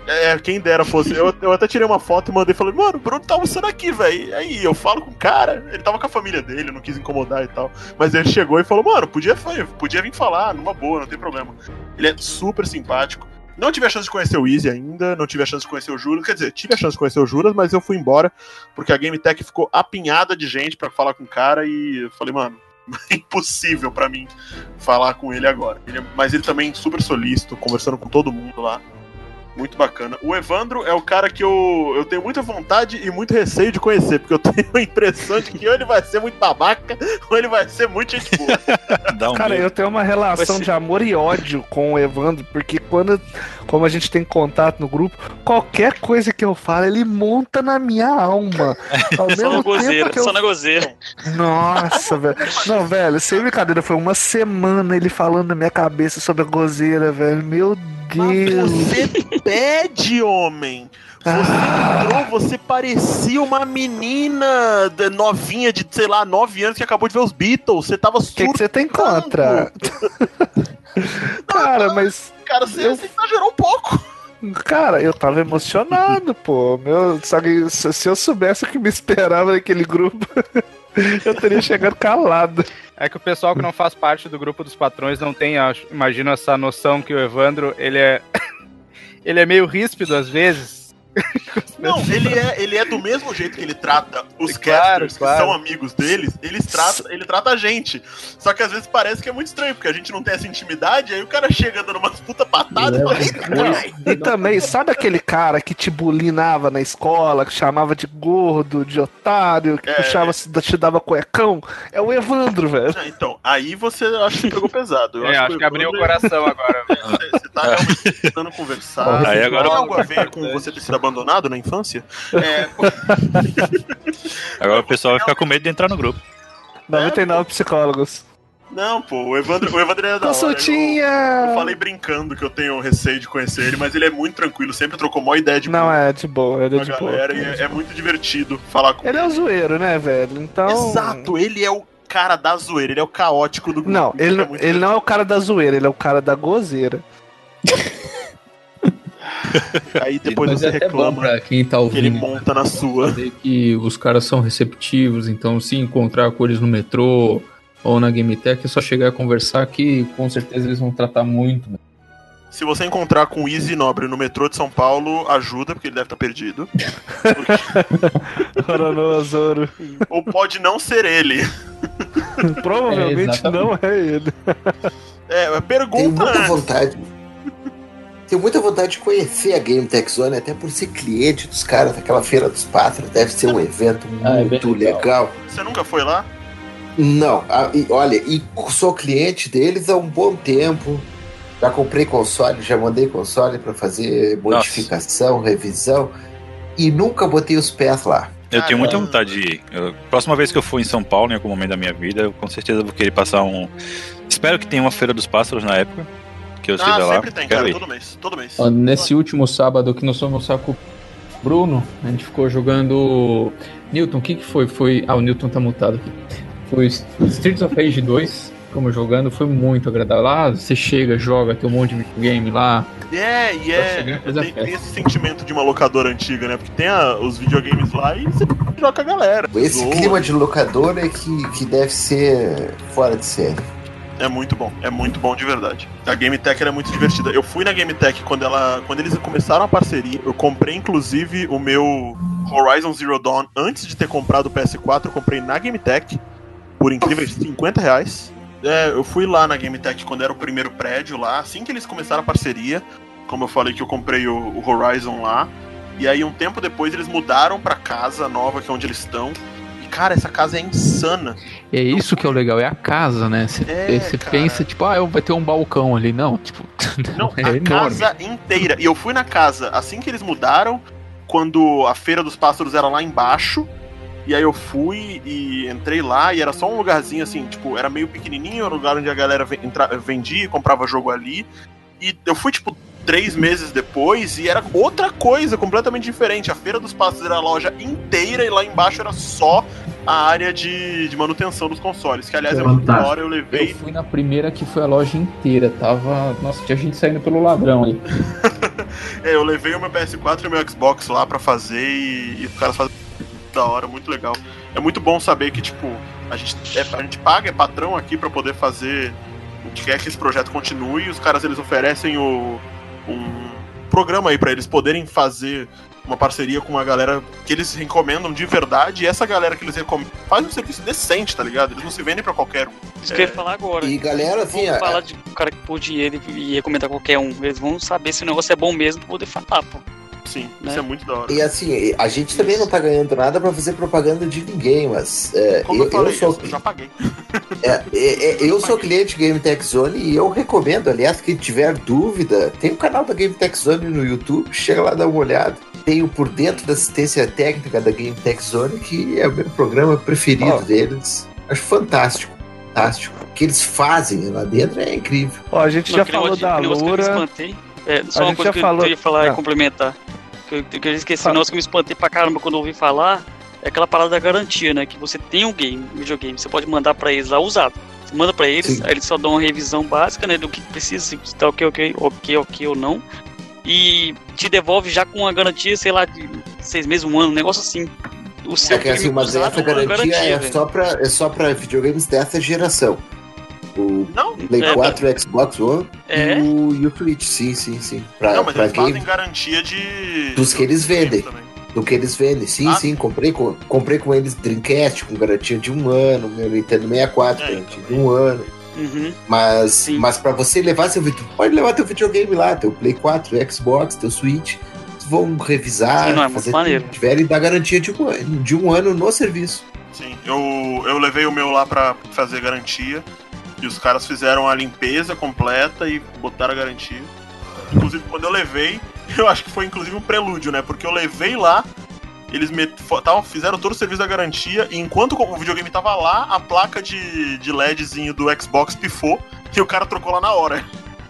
É, quem dera fosse. Eu, eu até tirei uma foto e mandei falei, mano, o Bruno tá almoçando aqui, velho. Aí eu falo com o cara, ele tava com a família dele, não quis incomodar e tal. Mas ele chegou e falou, mano, podia, fa- podia vir falar, numa boa, não tem problema. Ele é super simpático. Não tive a chance de conhecer o Easy ainda, não tive a chance de conhecer o Juras. Quer dizer, tive a chance de conhecer o Juras, mas eu fui embora, porque a Game Tech ficou apinhada de gente pra falar com o cara e eu falei, mano, é impossível pra mim falar com ele agora. Ele é- mas ele também super solícito, conversando com todo mundo lá. Muito bacana. O Evandro é o cara que eu, eu tenho muita vontade e muito receio de conhecer, porque eu tenho a impressão de que ou ele vai ser muito babaca, ou ele vai ser muito gente boa. Cara, eu tenho uma relação de amor e ódio com o Evandro, porque quando, como a gente tem contato no grupo, qualquer coisa que eu falo, ele monta na minha alma. Ao Só na mesmo tempo gozeira, que eu É. só na gozeira. Nossa, velho. Não, velho, sem brincadeira, foi uma semana ele falando na minha cabeça sobre a gozeira, velho. Meu Deus. Você pede, homem! Ah. Você entrou, você parecia uma menina de- novinha de, sei lá, 9 anos que acabou de ver os Beatles. Você tava O que, surtando. que você tem contra? Cara, mas. Ah, Cara, você, você exagerou um pouco. Cara, eu tava emocionado, pô. Meu, só que se se eu soubesse o que me esperava naquele grupo, eu teria chegado calado. É que o pessoal que não faz parte do grupo dos patrões não tem, acho- imagino, essa noção que o Evandro, ele é. ele é meio ríspido às vezes. Não, ele é, ele é do mesmo jeito que ele trata os casters, claro. que são amigos deles, eles trata, ele trata a gente. Só que às vezes parece que é muito estranho, porque a gente não tem essa intimidade, aí o cara chega dando umas puta patadas e fala, eita, caralho! E também, sabe aquele cara que te bulinava na escola, que chamava de gordo, de otário, que É. puxava, se- te dava cuecão? É o Evandro, velho. Ah, Então, aí você acho que pegou pesado. É, acho que abriu o coração agora. Você você tá realmente tentando conversar. Aí Aí agora- agora... algo a ver com você ter sido abandonado na infância? É, Agora o pessoal vai ficar com medo de entrar no grupo. 99 psicólogos. Não, pô, o Evandro, o Evandro é da Consultinha! hora. Eu, eu falei brincando que eu tenho receio de conhecer ele, mas ele é muito tranquilo, sempre trocou mó ideia de Não, é de boa, ele é com a de boa. galera e é, é muito divertido falar com Ele é o zoeiro, né, velho? Então. Exato, ele é o cara da zoeira, ele é o caótico do grupo. Não, ele, é não- ele não é o cara da zoeira, ele é o cara da gozeira. Aí depois Mas você é até bom reclama. pra quem tá ouvindo. ele monta na sua. Que os caras são receptivos, então se encontrar com eles no metrô ou na Game Tech, é só chegar a conversar que com certeza eles vão tratar muito. né? Se você encontrar com o Easy Nobre no metrô de São Paulo, ajuda, porque ele deve estar perdido. Coronozouro. Ou pode não ser ele. Provavelmente É, não é ele. É, Tenho pergunta muita antes. vontade. Tenho muita vontade de conhecer a Game Tech Zone, até por ser cliente dos caras daquela Feira dos Pátrios. Deve ser um evento Ah, é bem muito legal. legal. Você nunca foi lá? Não, a- e olha, e sou cliente deles há um bom tempo. Já comprei console, já mandei console para fazer modificação, revisão. E nunca botei os pés lá. Eu tenho muita vontade de ir. Eu- próxima vez que eu for em São Paulo, em algum momento da minha vida, eu com certeza vou querer passar um. Espero que tenha uma Feira dos Pássaros na época. Que eu esteja lá. Ah, sempre tem, Quero cara, ir. todo mês, todo mês. Ó, Nesse último sábado que nós fomos almoçar com o Bruno, a gente ficou jogando. Newton, o que, que foi? Foi. Ah, o Newton tá mutado aqui. Foi Streets of Rage 2, como jogando, foi muito agradável. Lá você chega, joga, tem um monte de videogame lá. É, e é. Tem, tem esse sentimento de uma locadora antiga, né? Porque tem a- os videogames lá e você joga com a galera. Esse Zoa. clima de locadora é que, que deve ser fora de série. É muito bom, é muito bom de verdade. A Game Tech era muito divertida. Eu fui na Game Tech quando, ela, quando eles começaram a parceria. Eu comprei, inclusive, o meu Horizon Zero Dawn antes de ter comprado o PS4. Eu comprei na Game Tech por incríveis 50 reais. É, eu fui lá na Game Tech quando era o primeiro prédio lá, assim que eles começaram a parceria. Como eu falei que eu comprei o, o Horizon lá. E aí, um tempo depois, eles mudaram pra casa nova, que é onde eles estão. E, cara, essa casa é insana. É isso que é o legal, é a casa, né? Você É, você cara. pensa, tipo, ah, vai ter um balcão ali. Não, tipo, Não, é a enorme. casa inteira. E eu fui na casa assim que eles mudaram, quando a Feira dos Pássaros era lá embaixo. E aí eu fui e entrei lá e era só um lugarzinho assim, tipo, era meio pequenininho, era um lugar onde a galera ven- entra- vendia e comprava jogo ali. E eu fui, tipo, três meses depois e era outra coisa, completamente diferente. A Feira dos Passos era a loja inteira e lá embaixo era só a área de, de manutenção dos consoles. Que, aliás, é muito da Fantástico. hora, eu levei Fui na primeira que foi a loja inteira, tava. Nossa, tinha gente saindo pelo ladrão aí. É, eu levei o meu PS4 e o meu Xbox lá pra fazer e, e os caras fazem da hora, muito legal. É muito bom saber que, tipo, a gente, é, a gente paga, é patrão aqui pra poder fazer o que quer que esse projeto continue e os caras eles oferecem o, um programa aí pra eles poderem fazer uma parceria com uma galera que eles recomendam de verdade e essa galera que eles recomendam faz um serviço decente, tá ligado? Eles não se vendem pra qualquer um. Isso que eu ia falar agora. E, galera, Não vão assim, ó, falar de um cara que pôr dinheiro e recomendar qualquer um. Eles vão saber se o negócio é bom mesmo pra poder falar, pô. Né? Sim, isso é muito da hora. E assim, a gente também não tá ganhando nada pra fazer propaganda de ninguém, mas é, Como eu, falei, sou, eu já paguei. é, é, é, eu sou cliente Game Tech Zone e eu recomendo, aliás, quem tiver dúvida, tem o canal da Game Tech Zone no YouTube, chega lá dá uma olhada. Tem o por dentro da assistência técnica da Game Tech Zone, que é o meu programa preferido deles. Acho fantástico, fantástico. O que eles fazem lá dentro é incrível. Ó, a gente Não, já aquele falou negócio- da aquele negócio que eu me Loura. espantei. É, A só uma gente coisa já que falou- eu queria falar Ah. e complementar. Que eu, que eu esqueci, o negócio que eu me espantei pra caramba quando eu ouvi falar é aquela parada da garantia, né? Que você tem um game, um videogame, você pode mandar pra eles lá usado. Você manda pra eles, aí eles só dão uma revisão básica, né? Do que precisa, se tá ok, ok, ok, ok ou não. E te devolve já com uma garantia, sei lá, de seis meses, um ano, um negócio assim. O É seu que assim, game mas usado, essa uma garantia, é, velho. só né? pra, é só pra videogames dessa geração. O Play é, 4, Xbox One e, o, e o Switch, sim, sim, sim. Pra, não, mas pra eles quem, fazem garantia de. dos que eles vendem. Do que eles vendem, Ah. sim, sim. Comprei com, comprei com eles Dreamcast com garantia de um ano, meu Nintendo 64, É, garantia de um ano. Uhum. Mas, mas para você levar seu vídeo, pode levar teu videogame lá, teu Play 4, Xbox, teu Switch. Eles Vão revisar, Sim, não, é muito fazer maneiro. tudo que tiver e dar garantia de um, ano- de um ano no serviço. Sim, eu, eu levei o meu lá pra fazer garantia. E os caras fizeram a limpeza completa e botaram a garantia. Inclusive, quando eu levei, eu acho que foi inclusive um prelúdio, né? Porque eu levei lá, eles me, fo- tavam- fizeram todo o serviço da garantia. E enquanto o videogame tava lá, a placa de, de LEDzinho do Xbox pifou. E o cara trocou lá na hora.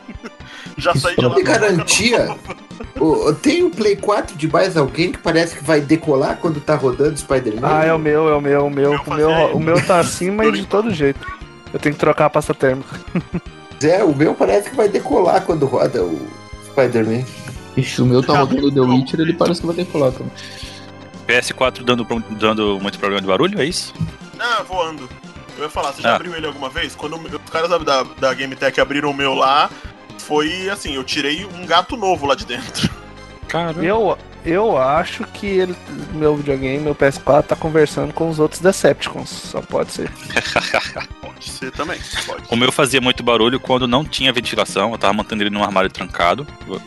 Já saí de lá. Tem garantia. Ô, ô, tem o Play 4 de mais alguém que parece que vai decolar quando tá rodando Spider-Man? Ah, é o meu, é o meu, é o meu. O meu, o meu tá assim, mas de todo jeito. Eu tenho que trocar a pasta térmica. É, o meu parece que vai decolar quando roda o Spider-Man. Ixi, o meu tá rodando The Witcher, ele parece que vai decolar também. PS4 dando, pro- dando muito problema de barulho, é isso? Ah, voando. Eu ia falar, você já Ah. abriu ele alguma vez? Quando os caras da, da, da Game Tech abriram o meu lá, foi assim, eu tirei um gato novo lá de dentro. Eu, eu acho que ele, meu videogame, meu PS4, tá conversando com os outros Decepticons. Só pode ser. Pode ser também, pode. O meu fazia muito barulho quando não tinha ventilação, eu tava mantendo ele num armário trancado. Eu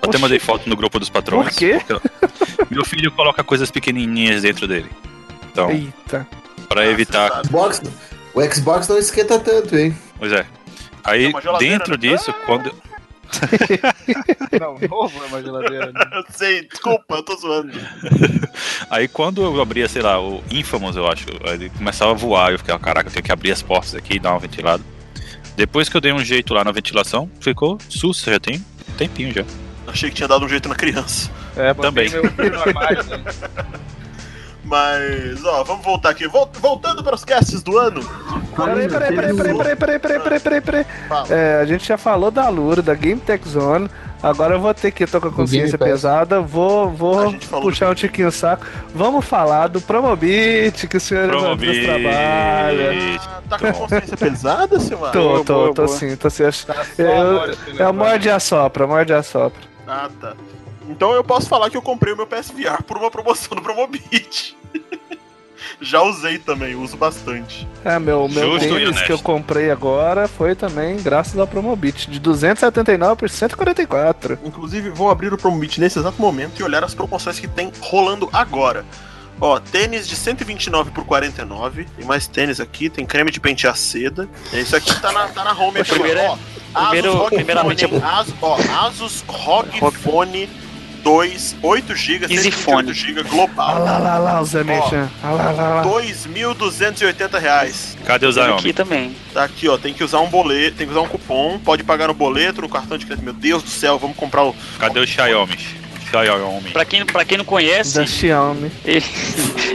até mandei foto no grupo dos patrões. Por quê? porque Meu filho coloca coisas pequenininhas dentro dele. Então, Eita. pra evitar. Xbox, o Xbox não esquenta tanto, hein? Pois é. Aí, né? dentro disso, quando. Não, novo é uma geladeira. Eu sei, desculpa, eu tô zoando. Aí quando eu abria, sei lá, o Infamous, eu acho, aí ele começava a voar, eu ficava, caraca, eu tenho que abrir as portas aqui e dar uma ventilada. Depois que eu dei um jeito lá na ventilação, ficou susto, já tem um tempinho já. Achei que tinha dado um jeito na criança. É, Também. né? né? Mas, ó, vamos voltar aqui. Vol- Voltando para os casts do ano. Peraí, peraí, peraí, peraí, peraí, peraí, peraí, peraí, peraí, peraí. É, a gente já falou da Lura, da Game Tech Zone. Agora eu vou ter que, eu tô com a consciência Game Pass. pesada, vou, vou puxar um tiquinho o saco. Vamos falar do Promobit, que o senhor Evandro Promobit. trabalha. Tá com a consciência pesada, Silmar? Tô, tô, tô sim, tô sim. Eu- É o morde e assopra, morde e assopra. Ah, tá. Então eu posso falar que eu comprei o meu PSVR por uma promoção do Promobit. Já usei também, uso bastante. É, meu, meu Justo e tênis honesto. que eu comprei agora foi também graças ao Promobit, de 279 por 144. Inclusive, vou abrir o Promobit nesse exato momento e olhar as promoções que tem rolando agora. Ó, tênis de 129 por 49. Tem mais tênis aqui, tem creme de pentear seda. Isso aqui tá na, tá na home aqui, Primeiro é- ó. Asus primeiro- Rock primeiramente Phone, Asus, ó, Asus ROG Phone 2, 8 GB, 128 GB global. Ah lá, lá, lá, o Zé Merchan. Ah lá, lá, lá. 2.280 reais. Cadê o Xiaomi? Aqui também. Tá aqui, ó. Tem que usar um boleto, tem que usar um cupom. Pode pagar no boleto, no cartão de crédito. Meu Deus do céu, vamos comprar o. Cadê o Xiaomi? Xiaomi. Pra quem, pra quem não conhece.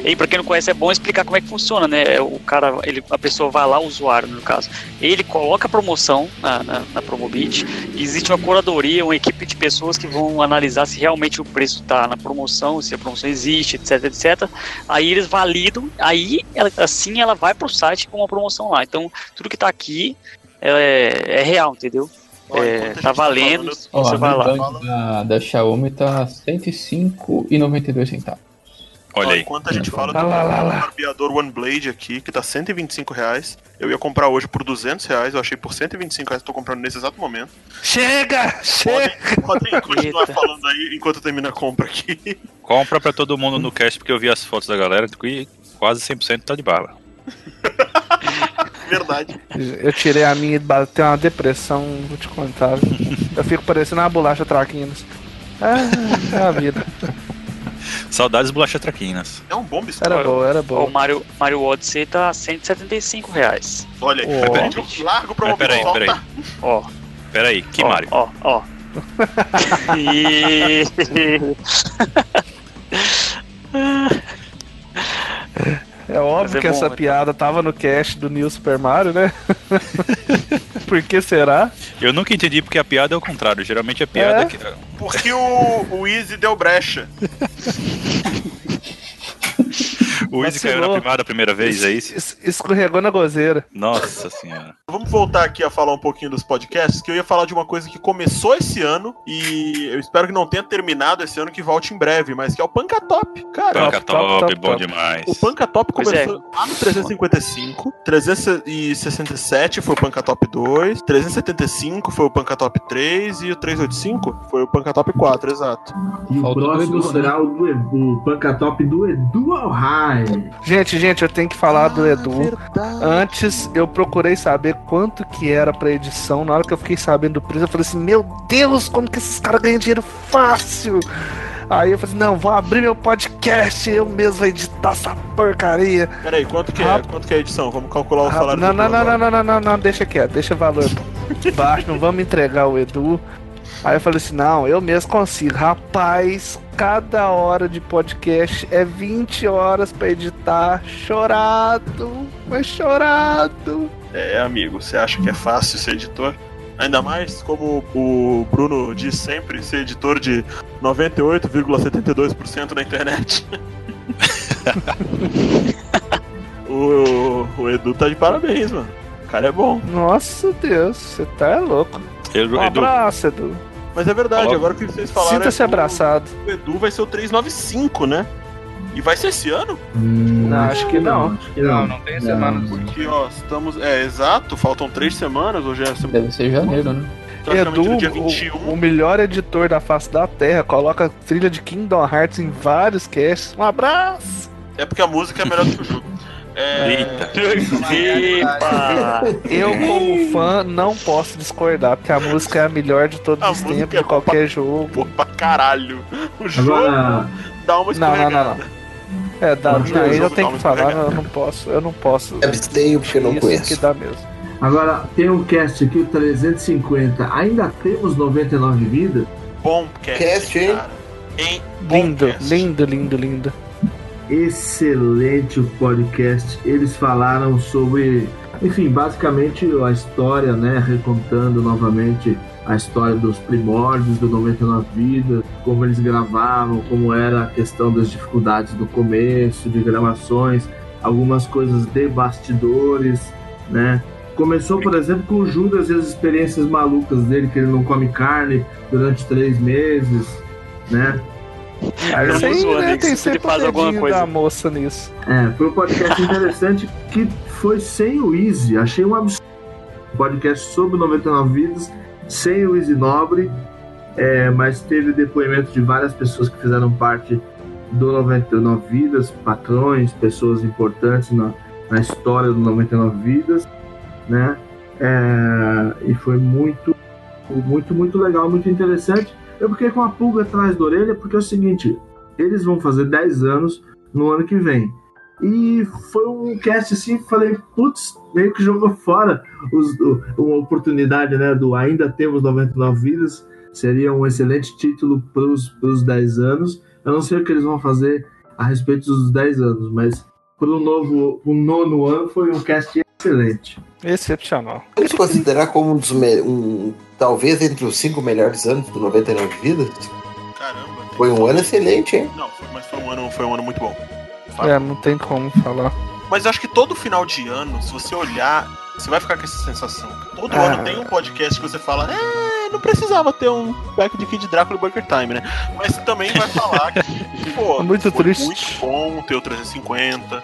E, e pra quem não conhece, é bom explicar como é que funciona, né? O cara, ele, a pessoa vai lá, o usuário no caso, ele coloca a promoção na, na, na Promobit, e existe uma curadoria, uma equipe de pessoas que vão analisar se realmente o preço tá na promoção, se a promoção existe, etc, etc. Aí eles validam, aí ela, assim ela vai pro site com a promoção lá. Então, tudo que tá aqui é, é real, entendeu? É, tá valendo, Ó, você a vai lá. vantagem da, da Xiaomi tá 105,92 centavos. Olha aí. Enquanto a gente fala do barbeador OneBlade aqui, que tá 125 reais. Eu ia comprar hoje por 200 reais, eu achei por 125 reais, tô comprando nesse exato momento. Chega! Chega! Podem continuar falando aí enquanto termina a compra aqui. Compra pra todo mundo no cast, porque eu vi as fotos da galera e quase 100% tá de bala. Verdade. Eu tirei a minha e bateu uma depressão, vou te contar. viu? Eu fico parecendo uma bolacha traquinas. Ah, é a vida. Saudades bolacha traquinas. É um bom biscoito. Era boa, era boa. O Mario, Mario Odyssey tá 175 reais. Olha aí, Ó. peraí, larga o Mas peraí, promoção. peraí. Ó. Peraí, que Mario? Ó, ó. E- É Mas óbvio é que bom, essa né? piada tava no cast do New Super Mario, né? Por que será? Eu nunca entendi porque a piada é o contrário. Geralmente a piada É? é que. Porque o, o Easy deu brecha. O Easy caiu na primada a primeira vez, é isso? Es- Escorregou na gozeira. Nossa senhora. Vamos voltar aqui a falar um pouquinho dos podcasts, que eu ia falar de uma coisa que começou esse ano e eu espero que não tenha terminado esse ano, que volte em breve, mas que é o Pancatop. Cara, tá, Panca top, bom demais. O Pancatop Pois é. começou lá no 355, 367 foi o Pancatop 2, 375 foi o Pancatop 3 e o 385 foi o Pancatop 4, exato. E o Faltou próximo o né? Edu, será o, do Edu, o pancatop do Edu Alheim. Gente, gente, eu tenho que falar do Edu. Antes eu procurei saber quanto que era pra edição. Na hora que eu fiquei sabendo do preço, eu falei assim: Meu Deus, como que esses caras ganham dinheiro fácil? Aí eu falei: assim, Não, vou abrir meu podcast, eu mesmo vou editar essa porcaria. Peraí, quanto que é? Quanto que é a edição? Vamos calcular o Ah, salário não, do não, Edu não, agora. não, não, não, não, não, deixa quieto, deixa o valor baixo, não vamos entregar o Edu. Aí eu falei assim: Não, eu mesmo consigo. Rapaz, cada hora de podcast é 20 horas pra editar. Chorado, mas chorado. É, amigo, você acha que é fácil ser editor? Ainda mais, como o Bruno diz sempre, ser editor de 98,72% na internet. o, o Edu tá de parabéns, mano. O cara é bom. Nossa Deus, você tá é louco. Edu- um Edu. abraço, Edu. Mas é Ah, verdade, Coloca- agora que vocês falaram. é Sinta-se Edu- abraçado. O Edu vai ser o 395, né? E vai ser esse ano? Não, acho que Hum, não. Não, não tem semana. Porque, ó, estamos. É, exato, faltam três semanas, hoje é semana. Deve ser janeiro, né? Praticamente Edu, no dia o- 21. o, melhor editor da face da Terra, coloca trilha de Kingdom Hearts em vários casts. Um abraço! É porque a música é melhor do que o jogo. É... Eita! Eu, como fã, não posso discordar, porque a música é a melhor de todos os tempos, de qualquer jogo. pra caralho. é O jogo Agora- dá uma Não, não, não, não. É, dá, Não, não, jogo, aí eu jogo, tenho dá que uma falar, eu não posso, eu não posso. Abstenho porque eu não Isso conheço. que dá mesmo. Agora, tem um cast aqui, o 350. Ainda temos 99 vidas? Bom cast, Cast, hein? Hein? Lindo, lindo, lindo, lindo. Excelente o podcast. Eles falaram sobre, enfim, basicamente a história, né? Recontando novamente a história dos primórdios do 99 Vidas, como eles gravavam, como era a questão das dificuldades do começo, de gravações, algumas coisas de bastidores, né? Começou, por exemplo, com o Judas e as experiências malucas dele, que ele não come carne durante três meses, né? Aí, depois o né, Alex, tem ele sempre faz o alguma dedinho coisa. da moça nisso. É, foi um podcast interessante que foi sem o Easy. Achei um absurdo. Um podcast sobre 99 vidas, sem o Easy Nobre, é, mas teve depoimento de várias pessoas que fizeram parte do 99 vidas, patrões, pessoas importantes na, na história do 99 vidas, né? É, e foi muito, muito, muito legal, muito interessante. Eu fiquei com a pulga atrás da orelha porque é o seguinte, eles vão fazer 10 anos no ano que vem. E foi um cast assim, falei, putz, meio que jogou fora os- o- uma oportunidade, né, do Ainda Temos 99 Vidas. Seria um excelente título pros, pros 10 anos. Eu não sei o que eles vão fazer a respeito dos 10 anos, mas pro novo, o nono ano foi um cast excelente. Excepcional. Vamos considerar como um dos me- um, talvez entre os cinco melhores anos do 99 Vidas? Caramba. tem- Foi um ano excelente, hein? Não, foi- mas foi um ano, foi um ano muito bom. É, não tem como falar. Mas eu acho que todo final de ano, se você olhar, você vai ficar com essa sensação. Todo Ah. ano tem um podcast que você fala, é, não precisava ter um back de Kid Drácula e Burger Time, né? Mas também vai falar que, pô, Muito foi triste. muito bom ter o 350.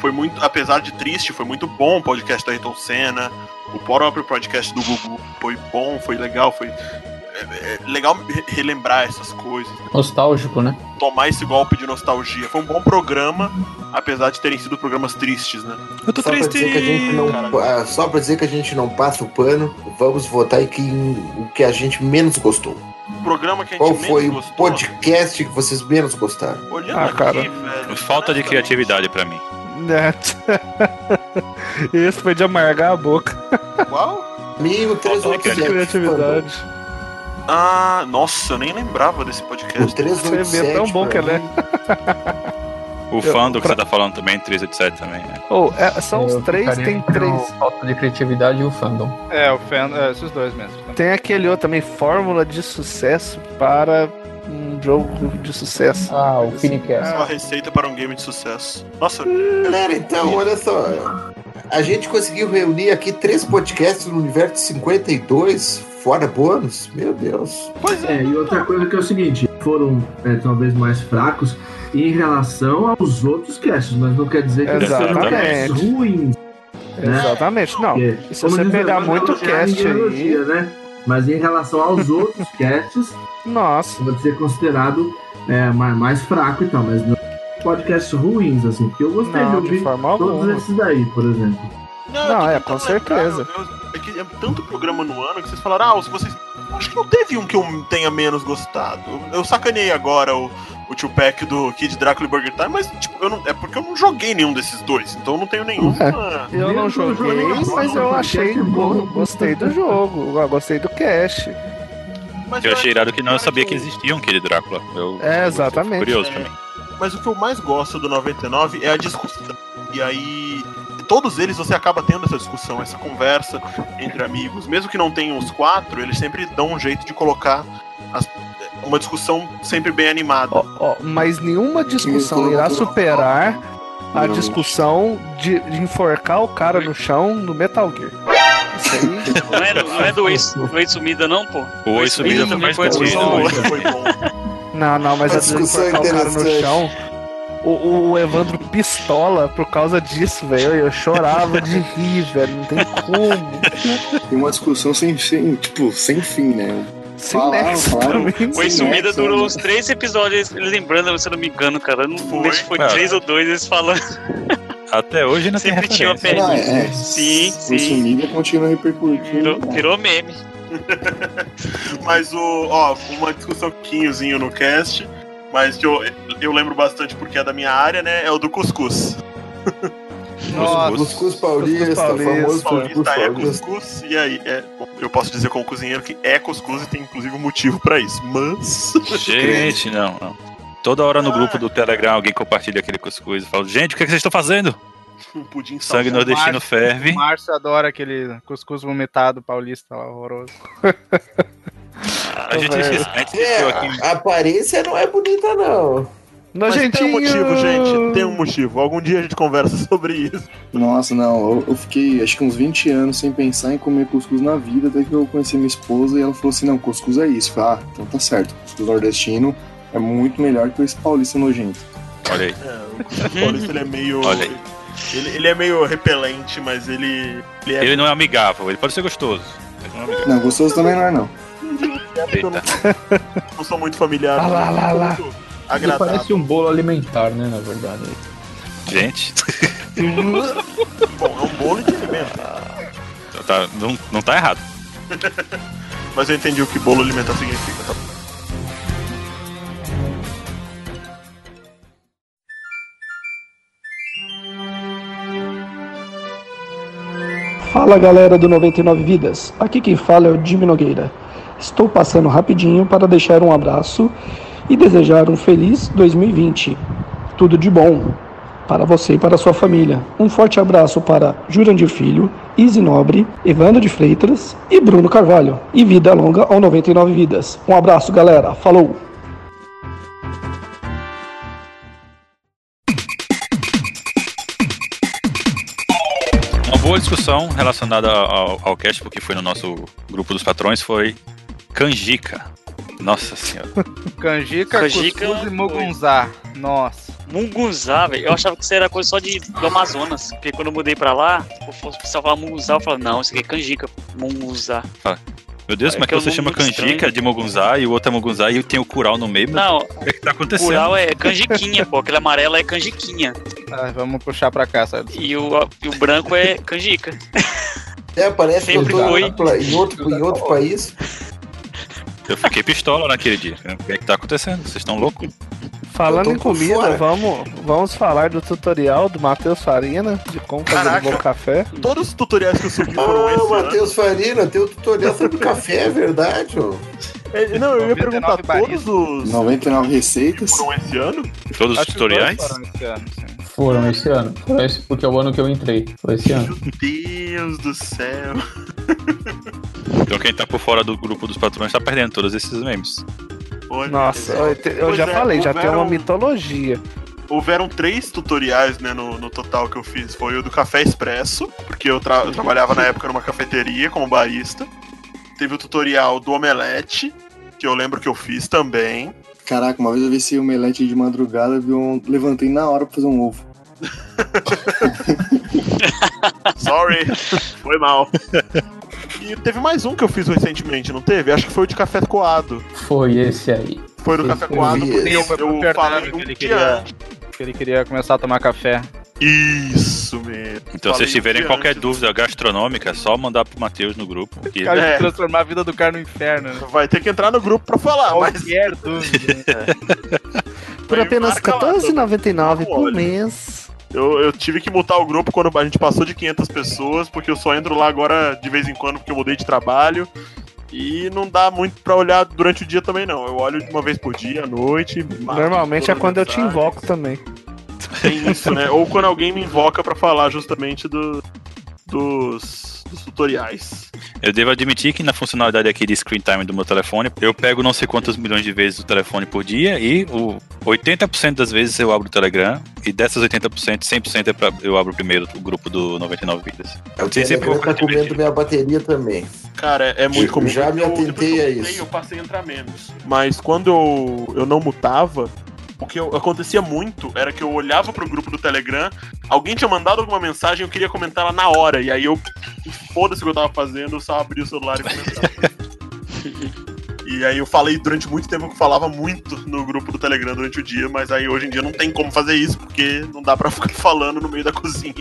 Foi muito, apesar de triste, foi muito bom o podcast da Ayrton Senna. O próprio podcast do Gugu foi bom, foi legal, foi é, é legal re- relembrar essas coisas Nostálgico, né? tomar esse golpe de nostalgia. Foi um bom programa, apesar de terem sido programas tristes, né? Eu só Pra dizer que a gente não, ah, só pra dizer que a gente não passa o pano, vamos votar em quem, o que a gente menos gostou. O programa que a Qual gente foi menos o gostou. podcast que vocês menos gostaram? Olhando Ah, aqui, cara. velho. Falta de criatividade pra mim. Né? Esse foi de amargar a boca. Qual? Mil três Falta de criatividade. tá Ah, nossa, eu nem lembrava desse podcast. Você vê tão bom que ela é. O fã do que você tá falando também, 387 também, né? Oh, é, são os Eu três, ficaria tem entre três. o Falta de criatividade e o fandom. É, o Fen, é, esses dois mesmo. Tem aquele outro também, fórmula de sucesso para um jogo de sucesso. Ah, o Essa é uma receita para um game de sucesso. Nossa. Galera, então, olha só. A gente conseguiu reunir aqui três podcasts no universo 52, fora bônus. Meu Deus. Pois é, e outra coisa que é o seguinte, foram é, talvez mais fracos em relação aos outros casts, mas não quer dizer que sejam casts Exatamente. ruins. né? Exatamente, não. Porque, Se como você diz o pegar Evandro, muito elogiar, cast ninguém aí. elogia, né? Mas em relação aos outros casts, Nossa. pode ser considerado é, mais, mais fraco e tal, mas não podcasts ruins, assim, porque eu gostei Não, de de ouvir forma todos alguma. esses daí, por exemplo. Não, é, com certeza. É que é tanto programa no ano que vocês falaram, ah, os- vocês. Acho que não teve um que eu tenha menos gostado. Eu- Eu sacaneei agora o, o tio pack do Kid Drácula e Burger Time, mas tipo, eu não, é porque eu não joguei nenhum desses dois, então eu não tenho nenhum. É. Eu não joguei, mas eu achei bom. Gostei do jogo, eu gostei do cast. É, eu achei irado que não eu sabia que existia um aquele Drácula. Eu, É, exatamente. Curioso É. também. Mas o que eu mais gosto do 99 é a discussão. E aí, todos eles você acaba tendo essa discussão, essa conversa entre amigos. Mesmo que não tenham os quatro, eles sempre dão um jeito de colocar as- uma discussão sempre bem animada. Ó, mas nenhuma discussão irá superar a Não. discussão de, de enforcar o cara no chão no Metal Gear. Não é, não é do Oi do Oi Sumida, não, pô. O Oi Sumida foi mais um. divertido. Não, não, mas A a de discussão é enforcar o cara no interessante. chão. O, o- o Evandro pistola por causa disso, velho. Eu chorava de rir, velho. Não tem como. E uma discussão sem, sem, tipo, sem fim, né? Sem nexo sem Oi Sumida nexo, durou né? uns três episódios, ele lembrando, se eu não me engano, cara. Eu Não lembro se foi Cara. três ou dois eles falando. Até hoje não Sempre tem tinha uma referência. perninha. é. Sim, O sim. Sumida continua repercutindo. Virou meme. Mas o. Ó, uma discussão quinhozinho no cast, mas que eu, eu lembro bastante porque é da minha área, né? É o do cuscuz. Nossa. Cuscuz paulista, Cuscuz tá paulista. famoso cuscuz paulista é paulista. cuscuz, e aí, é, bom, eu posso dizer como cozinheiro que é cuscuz e tem inclusive um motivo pra isso, mas... Gente, não, não. Toda hora no grupo do Telegram alguém compartilha aquele cuscuz e fala: Gente, o que, é que vocês estão fazendo? Um pudim Sangue salgado. nordestino Márcio- ferve. O Márcio adora aquele cuscuz vomitado paulista lá, horroroso. A gente, Uhum. a gente É. esqueceu aqui. É, A aparência não é bonita, não. Mas tem um motivo, gente, tem um motivo. Algum dia a gente conversa sobre isso. Nossa, não, eu, eu fiquei acho que uns 20 anos sem pensar em comer cuscuz na vida, até que eu conheci minha esposa e ela falou assim: não, cuscuz é isso. Eu falei, ah, então tá certo, cuscuz nordestino é muito melhor que esse paulista nojento. Olha aí. É, o cuscuz paulista, ele é meio... Ele, ele é meio repelente, mas ele... Ele é Ele não é amigável, ele pode ser gostoso. mas não é amigável. Não, gostoso também não é, não. Eita. não sou muito familiar. Ah, lá, lá, lá. Muito Ele agradável. parece um bolo alimentar, né, na verdade. Gente, Bom, é um bolo de alimento. tá- não, não tá errado. Mas eu entendi o que bolo alimentar significa, tá? Fala galera do 99 Vidas, aqui quem fala é o Jimmy Nogueira. Estou passando rapidinho para deixar um abraço e desejar um feliz 2020. Tudo de bom para você e para sua família. Um forte abraço para Jurandir Filho, Izzy Nobre, Evandro de Freitas e Bruno Carvalho. E vida longa ao 99 Vidas. Um abraço galera, falou! Uma boa discussão relacionada ao, ao cast, porque foi no nosso grupo dos patrões, foi canjica. Nossa senhora. Canjica, Canjica, é cuscuz e mugunzá. Nossa. Mungunzá, velho. Eu achava que isso era coisa só de, do Amazonas. Porque quando eu mudei pra lá, eu fosse salvar Mungunzá, eu falava, não, isso aqui é canjica. Mungunzá. Fala. Meu Deus, É como é que que é um você chama mundo canjica estranho. de Mogunzá e o outro é Mogunzá e tem o Curau no meio? Não, O que, que tá acontecendo? Curau é canjiquinha, pô. Aquele amarelo é canjiquinha. Ah, vamos puxar pra cá, sabe? E o, e o branco é canjica. É, parece que eu Sempre tô foi. na pla- em outro, em outro país. Eu fiquei pistola naquele dia. O que, é que tá acontecendo? Vocês estão loucos? Falando Eu em tô por comida, fora. vamos, vamos falar do tutorial do Matheus Farina de como fazer um bom café. Todos os tutoriais que eu subi né? foram esse. Ah, Matheus Farina, tem o tutorial sobre café, é verdade, ô. É, não, eu ia perguntar todos os 99 receitas. foram esse ano? Todos os Acho que dois tutoriais? foram esse ano, sim. Foram esse ano. Foram esse porque é o ano que eu entrei. Foi esse ano. Deus do céu. Então quem tá por fora do grupo dos patrões tá perdendo todos esses memes. Nossa, eu, te- eu Pois já é, falei, já tem houveram- uma mitologia. Houveram três tutoriais, né, no, no total que eu fiz. Foi o do café expresso, porque eu, tra- eu trabalhava na época numa cafeteria como barista. Teve o tutorial do omelete, que eu lembro que eu fiz também. Caraca, uma vez eu vi esse omelete de madrugada, vi um... levantei na hora pra fazer um ovo. Sorry, foi mal. E teve mais um que eu fiz recentemente, não teve? Acho que foi o de café coado. Foi esse aí. Foi do café coado, porque eu, eu falei um ele dia queria, que ele queria começar a tomar café. Isso mesmo. Então, Falei se vocês tiverem de qualquer dúvida gastronômica, é só mandar pro Matheus no grupo. que O ele- cara vai transformar a vida do cara no inferno, né? É. Vai ter que entrar no grupo pra falar. Qualquer dúvida. né? Por apenas R$14,99 por mês. Eu, eu tive que mutar o grupo quando a gente passou de 500 pessoas, porque eu só entro lá agora de vez em quando, porque eu mudei de trabalho. E não dá muito pra olhar durante o dia também, não. Eu olho de uma vez por dia, à noite. mato Normalmente é todas as quando eu te invoco também. Tem isso, né? Ou quando alguém me invoca pra falar justamente do- dos, dos tutoriais. Eu devo admitir que na funcionalidade aqui de screen time do meu telefone, eu pego não sei quantas milhões de vezes o telefone por dia e o 80% das vezes eu abro o Telegram e dessas 80%, 100% é pra, eu abro primeiro o grupo do 99 Vidas. Eu tenho sempre Telegram tá comendo minha bateria também. Cara, é muito comum. Já me atentei a isso. Eu é passei a entrar menos. Mas quando eu, eu não mutava, o que eu- acontecia muito era que eu olhava pro grupo do Telegram, alguém tinha mandado alguma mensagem, eu queria comentar ela na hora. E aí eu, foda-se o que eu tava fazendo, eu só abri o celular e comentava. E aí eu falei durante muito tempo que eu falava muito no grupo do Telegram durante o dia, mas aí hoje em dia não tem como fazer isso, porque não dá pra ficar falando no meio da cozinha.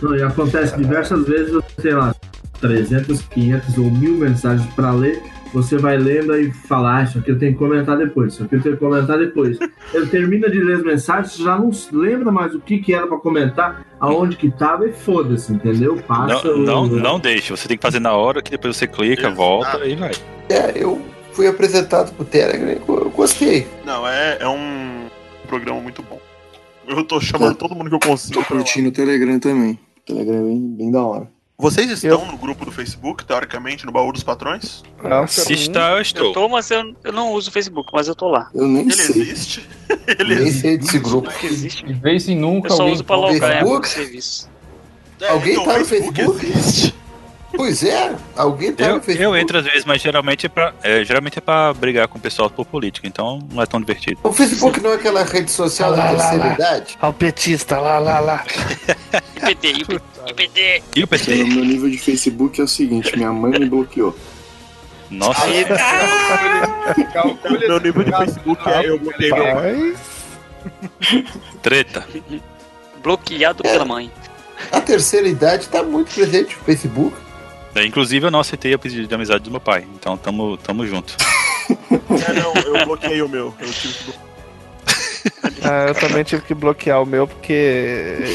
Não, e acontece diversas vezes, você, sei lá, 300, 500 ou mil mensagens pra ler, você vai lendo e fala, ah, isso aqui eu tenho que comentar depois, isso aqui eu tenho que comentar depois. Ele termina de ler as mensagens, já não se lembra mais o que, que era pra comentar, aonde que tava e foda-se, entendeu? Passa Não, o... não, não deixa, você tem que fazer na hora que depois você clica, volta e vai. É, eu fui apresentado pro Telegram e eu gostei. Não, é, é um programa muito bom. Eu tô chamando todo mundo que eu consigo. pra lá. Curtindo o Telegram também. O Telegram é bem, bem da hora. Vocês estão no grupo do Facebook, teoricamente, no baú dos patrões? Se está, eu Eu tô, mas eu, eu não uso o Facebook, mas eu tô lá. Eu nem Ele existe? Ele nem sei é desse grupo. existe. De vez em nunca Eu só alguém uso pra compra. logar é, pro serviço. Alguém então, tá no Facebook Facebook? Pois é, alguém tá Eu, no Facebook. eu entro às vezes, mas geralmente é, pra, é, geralmente é pra brigar com o pessoal por política, então não é tão divertido. O Facebook não é aquela rede social Lá, da lá, terceira lá. idade? Ao petista, lá, lá, lá. IPT, IPT, IPT. E o PT? Meu nível de Facebook é o seguinte, minha mãe me bloqueou. Nossa. né? Ah, Meu nível de Facebook é eu bloqueei meu Treta. Bloqueado pela mãe. É. A terceira idade tá muito presente no Facebook. Né? É, inclusive eu não aceitei a pedido de amizade do meu pai, então tamo, tamo junto. É, não, eu bloqueei o meu. Eu tive que bloquear. Ah, eu também tive que bloquear o meu, porque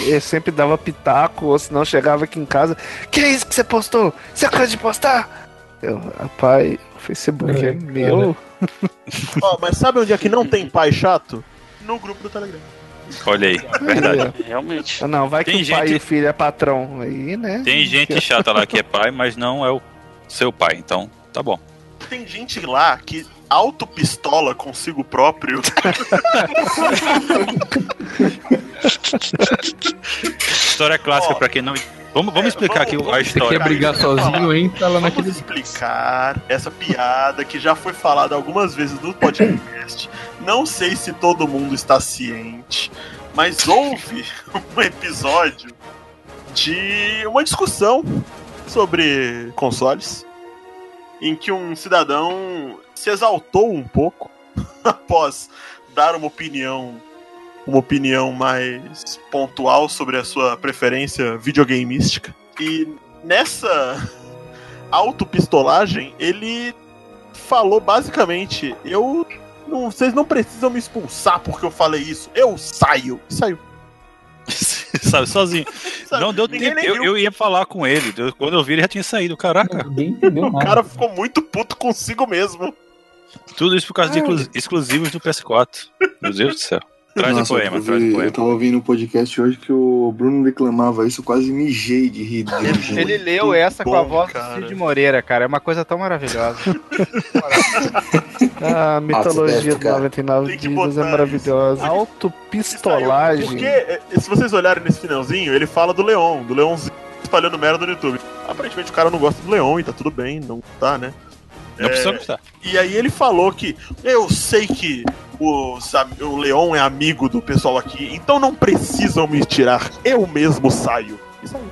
ele sempre dava pitaco, ou senão chegava aqui em casa. Que é isso que você postou? Você é coisa de postar? Eu, rapaz, o Facebook é meu. Ó, mas sabe onde é que não tem pai chato? No grupo do Telegram. Olha aí, é verdade. Realmente. É. Não, vai que Tem o pai e o gente- filho é patrão aí, né? Tem gente chata lá que é pai, mas não é o seu pai, então tá bom. Tem gente lá que autopistola consigo próprio. História clássica pra quem não. Vamos, vamos explicar aqui a Você história. quer brigar sozinho, entra lá naquele. explicar essa piada que já foi falada algumas vezes no podcast. Não sei se todo mundo está ciente, mas houve um episódio de uma discussão sobre consoles em que um cidadão se exaltou um pouco após dar uma opinião uma opinião mais pontual sobre a sua preferência videogameística. E nessa autopistolagem, ele falou basicamente: eu não, vocês não precisam me expulsar porque eu falei isso. Eu saio. E saiu. Sabe, sozinho. Não deu Ninguém tempo. nem Eu, viu. eu ia falar com ele. eu- quando eu vi, ele já tinha saído. Caraca. o cara ficou muito puto consigo mesmo. Tudo isso por causa de Ai. exclus- exclusivos do PS4. Meu Deus do céu. Traz Nossa, o poema, eu, traz o vi, eu poema. tava ouvindo um podcast hoje que o Bruno reclamava isso, eu quase mijei de rir. De Ele leu essa com a voz do Cid Moreira, cara. É uma coisa tão maravilhosa. A mitologia Roberto, do cara. 99 vidas é maravilhosa. Autopistolagem. Porque, eh, se vocês olharem nesse finalzinho, ele fala do Leon, do Leonzinho espalhando merda no YouTube. Aparentemente o cara não gosta do Leon e tá tudo bem, não tá, né? Não precisa gostar. E aí ele falou que eu sei que os am- o Leon é amigo do pessoal aqui, então não precisam me tirar, eu mesmo saio. Isso aí.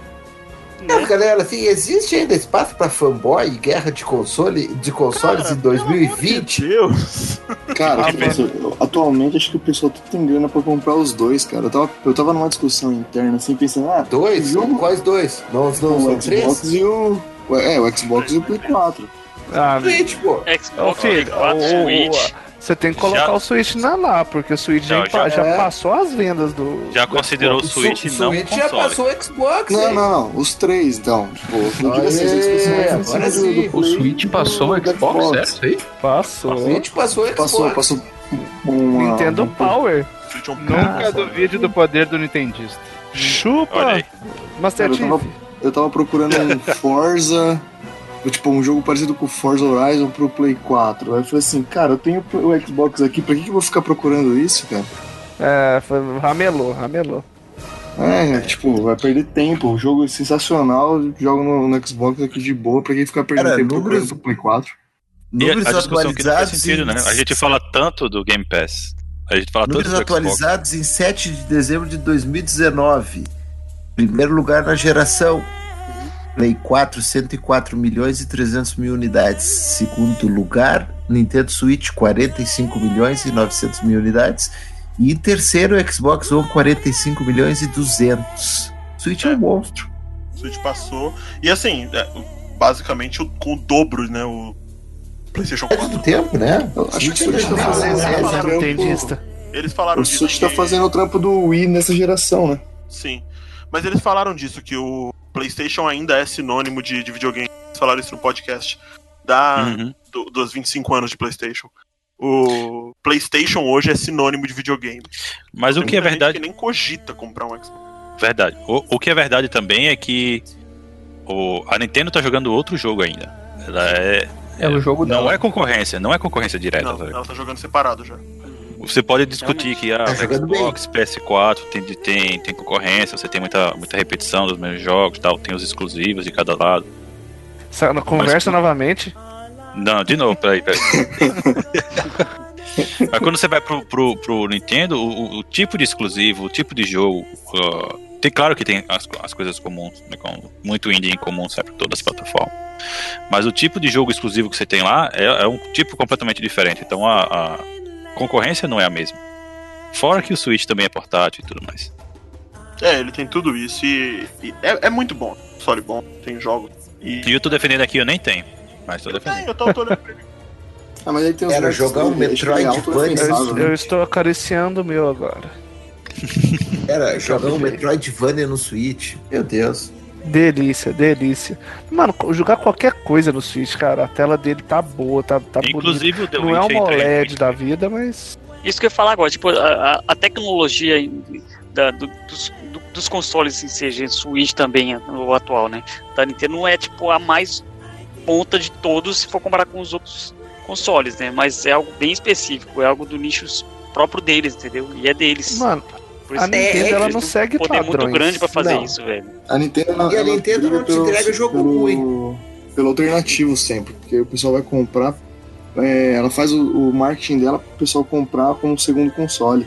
Não, galera, assim, existe ainda espaço pra fanboy, guerra de console, de consoles em 2020? Meu Deus! Ah, Cara, tipo, assim, eu- atualmente acho que o pessoal tudo tem grana pra comprar os dois, cara. Eu tava, eu tava numa discussão interna, assim, pensando, ah, dois? Quais dois? Nós não, o são Xbox três? e o. É, o Xbox e o Play 4. Ah, pô. Ô, filho, Xbox, ô, ô, ô, Switch. você tem que colocar Já- o Switch na lá, porque o Switch já, Não, já- já É. passou as vendas do. Já considerou o Su- Switch não Switch console. já passou o Xbox. Não, não, os três, então. Tipo, eu digo Aê, assim, as discussões em agora cima do- sim. do O Play, Switch do- passou o do Xbox, é isso aí? Passou. O Switch passou o Passou, Xbox. passou uma- Nintendo um- Power. Nunca Cara. duvide do poder do Nintendista. Olha aí. Chupa! Master Cara, Chief. eu, tava, eu tava procurando um Forza, tipo, um jogo parecido com o Forza Horizon pro Play 4. Aí eu falei assim, cara, eu tenho o Xbox aqui, pra que, que eu vou ficar procurando isso, cara? É, foi- ramelou, ramelou. É, tipo, vai perder tempo. O jogo é sensacional, jogo no, no Xbox aqui de boa, pra quem ficar perdendo Cara, tempo números- procurando pro Play 4. E a discussão que não faz sentido, né? A gente fala tanto do Game Pass. A gente fala tanto do Números Xbox. atualizados em 7 de dezembro de 2019. Primeiro lugar na geração. Play 4, 104 milhões e 300 mil unidades. Segundo lugar, Nintendo Switch, 45 milhões e 900 mil unidades. E em terceiro, Xbox One, 45 milhões e 200. Switch é um monstro. O Switch passou. E assim, é, basicamente o- com o dobro, né? O PlayStation 4. Tempo, né? Eu acho que o Switch tá é fazendo Eles esse falaram- trampo. Eles falaram O disso. Switch tá que- fazendo o trampo do Wii nessa geração, né? Sim. Mas eles falaram disso, que o PlayStation ainda é sinônimo de, de videogame. Eles falaram isso no podcast da, Uhum. do- dos 25 anos de PlayStation. O PlayStation hoje é sinônimo de videogame. Mas o Tem que é muita gente verdade- que nem cogita comprar um Xbox. Verdade. O, o que é verdade também é que o, a Nintendo tá jogando outro jogo ainda. Ela é. É o jogo Não dela. é concorrência, não é concorrência direta. Não, velho. ela tá jogando separado já. Você pode discutir que Tá a Xbox, PS4 tem, tem, tem concorrência, você tem muita, muita repetição dos mesmos jogos, tal, tem os exclusivos de cada lado. Sa- na Conversa novamente. Não, de novo, peraí, peraí. Mas quando você vai pro, pro, pro Nintendo, o, o- o tipo de exclusivo, o tipo de jogo. ó, tem claro que tem as, as coisas comuns, né, como muito indie em comum, sabe, pra todas as plataformas. Mas o tipo de jogo exclusivo que você tem lá é, é um tipo completamente diferente. Então a, a concorrência não é a mesma. Fora que o Switch também é portátil e tudo mais. É, ele tem tudo isso e, e é, é muito bom. Sólido bom, tem jogos. E eu tô defendendo aqui, eu nem tenho. Mas tô defendendo. Eu tô, tô olhando pra ele. Ah, mas aí tem os Era Rex jogar um Snyder, Metroidvania. acho que é autodefensável, Eu, né? eu estou acariciando o meu agora. Era jogar um Metroidvania no Switch. Meu Deus. Delícia, delícia. Mano, co- jogar qualquer coisa no Switch, cara. A tela dele tá boa, tá, tá Inclusive, o bonita. The Não é Witcher uma entra aí, OLED da vida, mas. Isso que eu ia falar agora, tipo, a, a- a tecnologia em- da- do- dos, do- dos consoles, em seja Switch também, o atual, né? Da Nintendo não é tipo a mais ponta de todos se for comparar com os outros consoles, né? Mas é algo bem específico, é algo do nicho próprio deles, entendeu? E é deles. Mano, Por a isso que Nintendo, eles ela têm não um segue poder muito padrões. grande pra fazer Não. isso, velho. A Nintendo, ela- E a ela Nintendo briga não te entrega jogo pelo, ruim. Pelo alternativo sempre, porque o pessoal vai comprar. é, ela faz o, o marketing dela pro pessoal comprar como segundo console.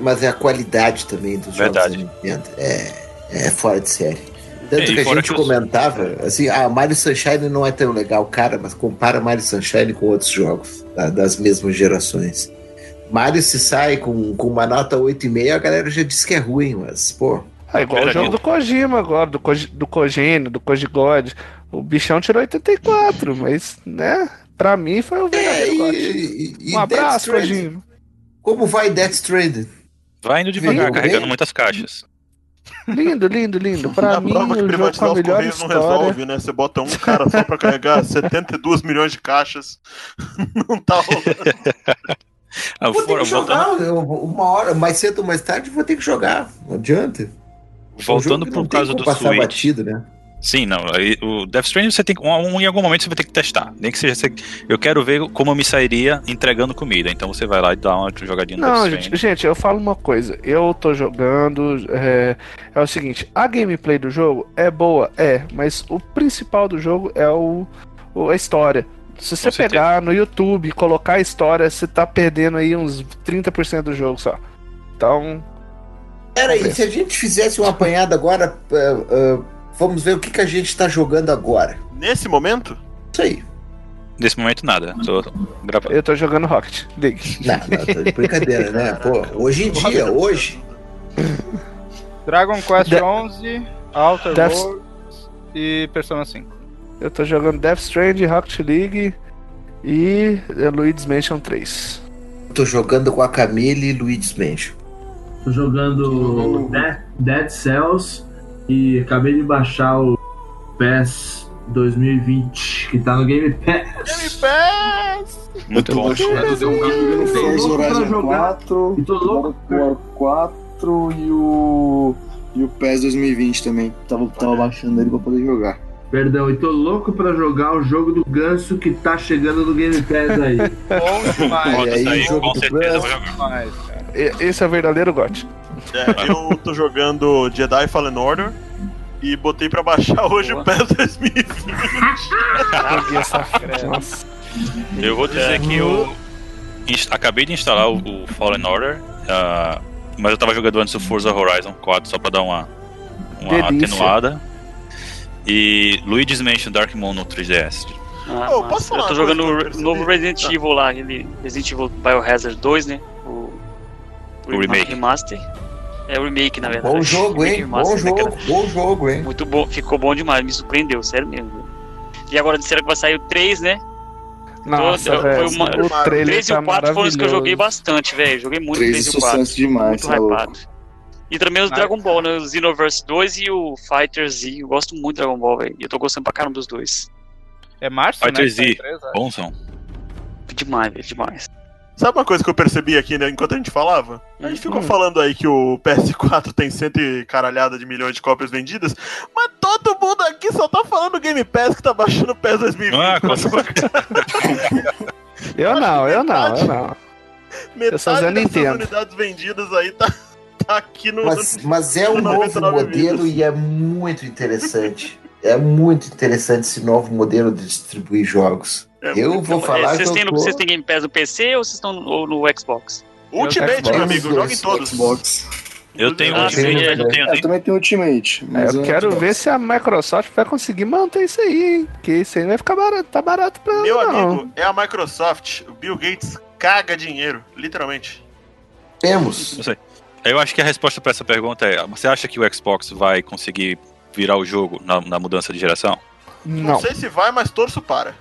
Mas é a qualidade também dos Verdade. jogos da Nintendo. É, é fora de série. Tanto É, e que a fora gente que os- comentava, assim, ah, Mario Sunshine não é tão legal, cara, mas compara Mario Sunshine com outros jogos tá, das mesmas gerações. Mario se sai com, com uma nota 8,5, a galera já diz que é ruim, mas, pô. É igual o jogo do Kojima agora, do, Koji, do Kogênio, do Kojigod. O bichão tirou 84, mas, né? Pra mim foi o É, verdadeiro God. Um abraço, Kojima. Como vai Death Stranding? Vai indo devagar, carregando muitas caixas. Lindo, lindo, lindo. Pra Na mim, prova que o jogo com privatizar a os melhor correios não história... resolve, né? Você bota um cara só pra carregar 72 milhões de caixas. Não tá rolando. Ah, Vou ter fora- que jogar eu- uma hora, mais cedo ou mais tarde, vou ter que jogar. Não adianta. Voltando pro caso do passar Switch. batido, né? Sim, não. aí O Death Stranding você tem que- um, um- em algum momento você vai ter que testar. Nem que seja. você- eu quero ver como eu me sairia entregando comida. Então você vai lá e dá uma jogadinha no Não, Death gente, gente, eu falo uma coisa. Eu tô jogando. É, é o seguinte: a gameplay do jogo é boa, é, mas o principal do jogo é o, o- a história. Se você pegar no YouTube e colocar a história, você tá perdendo aí uns 30% do jogo só. Então. Pera aí, se a gente fizesse um apanhado agora, eh, eh, vamos ver o que, que a gente tá jogando agora. Nesse momento? Isso aí. Nesse momento nada. Tô gravando. Eu tô jogando Rocket League. Não, não, tá de brincadeira, né? Pô, hoje em dia, hoje. Dragon Quest Da- 11, Outer Death- Worlds e Persona 5. Eu tô jogando Death Stranding, Rocket League e é, Luigi's Mansion 3. Tô jogando com a Camille e Luigi's Mansion. Tô jogando Dead, Dead Cells e acabei de baixar o PES 2020, que tá no Game Pass. Muito bom. um Forza Horizon 4, e tô louco. War 4 e o. E o PES 2020 também. Tava, tava baixando ele pra poder jogar. Perdão, e tô louco pra jogar o jogo do ganso que tá chegando no Game Pass aí. Bom demais. Olha, isso aí, jogo com do certeza Plus. eu vou jogar. E- Esse é o verdadeiro GOT. É, eu tô jogando Jedi Fallen Order e botei pra baixar hoje o PES 2020. Nossa. Eu vou dizer que eu inst- acabei de instalar o, o Fallen Order, ah, mas eu tava jogando antes o Forza Horizon 4 só pra dar uma, uma Delícia. atenuada. E Luigi's Mansion Dark Moon no 3DS. Ah, Ô, massa. posso falar eu tô uma coisa jogando que eu o percebi? novo Resident Tá. Evil lá, aquele Resident Evil Biohazard 2, né? O, O remake. Remaster. É o remake, na verdade. Bom jogo, Remake hein? Bom remaster daquela- jogo, bom jogo, hein? Muito bom, ficou bom demais, me surpreendeu, sério mesmo. velho. E agora disseram que vai sair o 3, né? Nossa, Então, velho, foi uma- o o trailer 3 e tá o 4 foram os que eu maravilhoso. joguei bastante, velho. Joguei muito 3, Três e é o 4. sucesso demais, muito tá louco. hypado. E também os Dragon Ball, né? O Xenoverse 2 e o Fighter Z. Eu gosto muito do Dragon Ball, velho. E eu tô gostando pra caramba dos dois. É março, né, Fighter tá Z, empresa. bom som. Demais, velho, demais. Sabe uma coisa que eu percebi aqui né, enquanto a gente falava? A gente Uhum. ficou falando aí que o PS4 tem cento e caralhada de milhões de cópias vendidas, mas todo mundo aqui só tá falando do Game Pass que tá baixando o PES 2020. Ah, com Eu não, eu não, eu não. Metade Eu sou Zé dessas Nintendo. unidades vendidas aí tá, tá aqui no. Mas, mas é um no novo 99 modelo vidas. e é muito interessante. É muito interessante esse novo modelo de distribuir jogos. eu vou Então, é, falar vocês, que têm eu no, tô... vocês têm Game Pass no PC ou vocês estão no, ou no Xbox? Ultimate, meu amigo, joga em todos. Xbox. Eu tenho Ah, Ultimate, sim, é, né? eu tenho. É, eu também tenho Ultimate. É, Mas eu quero ver se a Microsoft vai conseguir manter isso aí, hein? Porque isso aí não vai ficar barato, tá barato pra Meu ela, não. amigo, é a Microsoft. O Bill Gates caga dinheiro, literalmente. Temos. Não sei. Eu acho que a resposta pra essa pergunta é: você acha que o Xbox vai conseguir virar o jogo na, na mudança de geração? Não. sei se vai, mas torço para.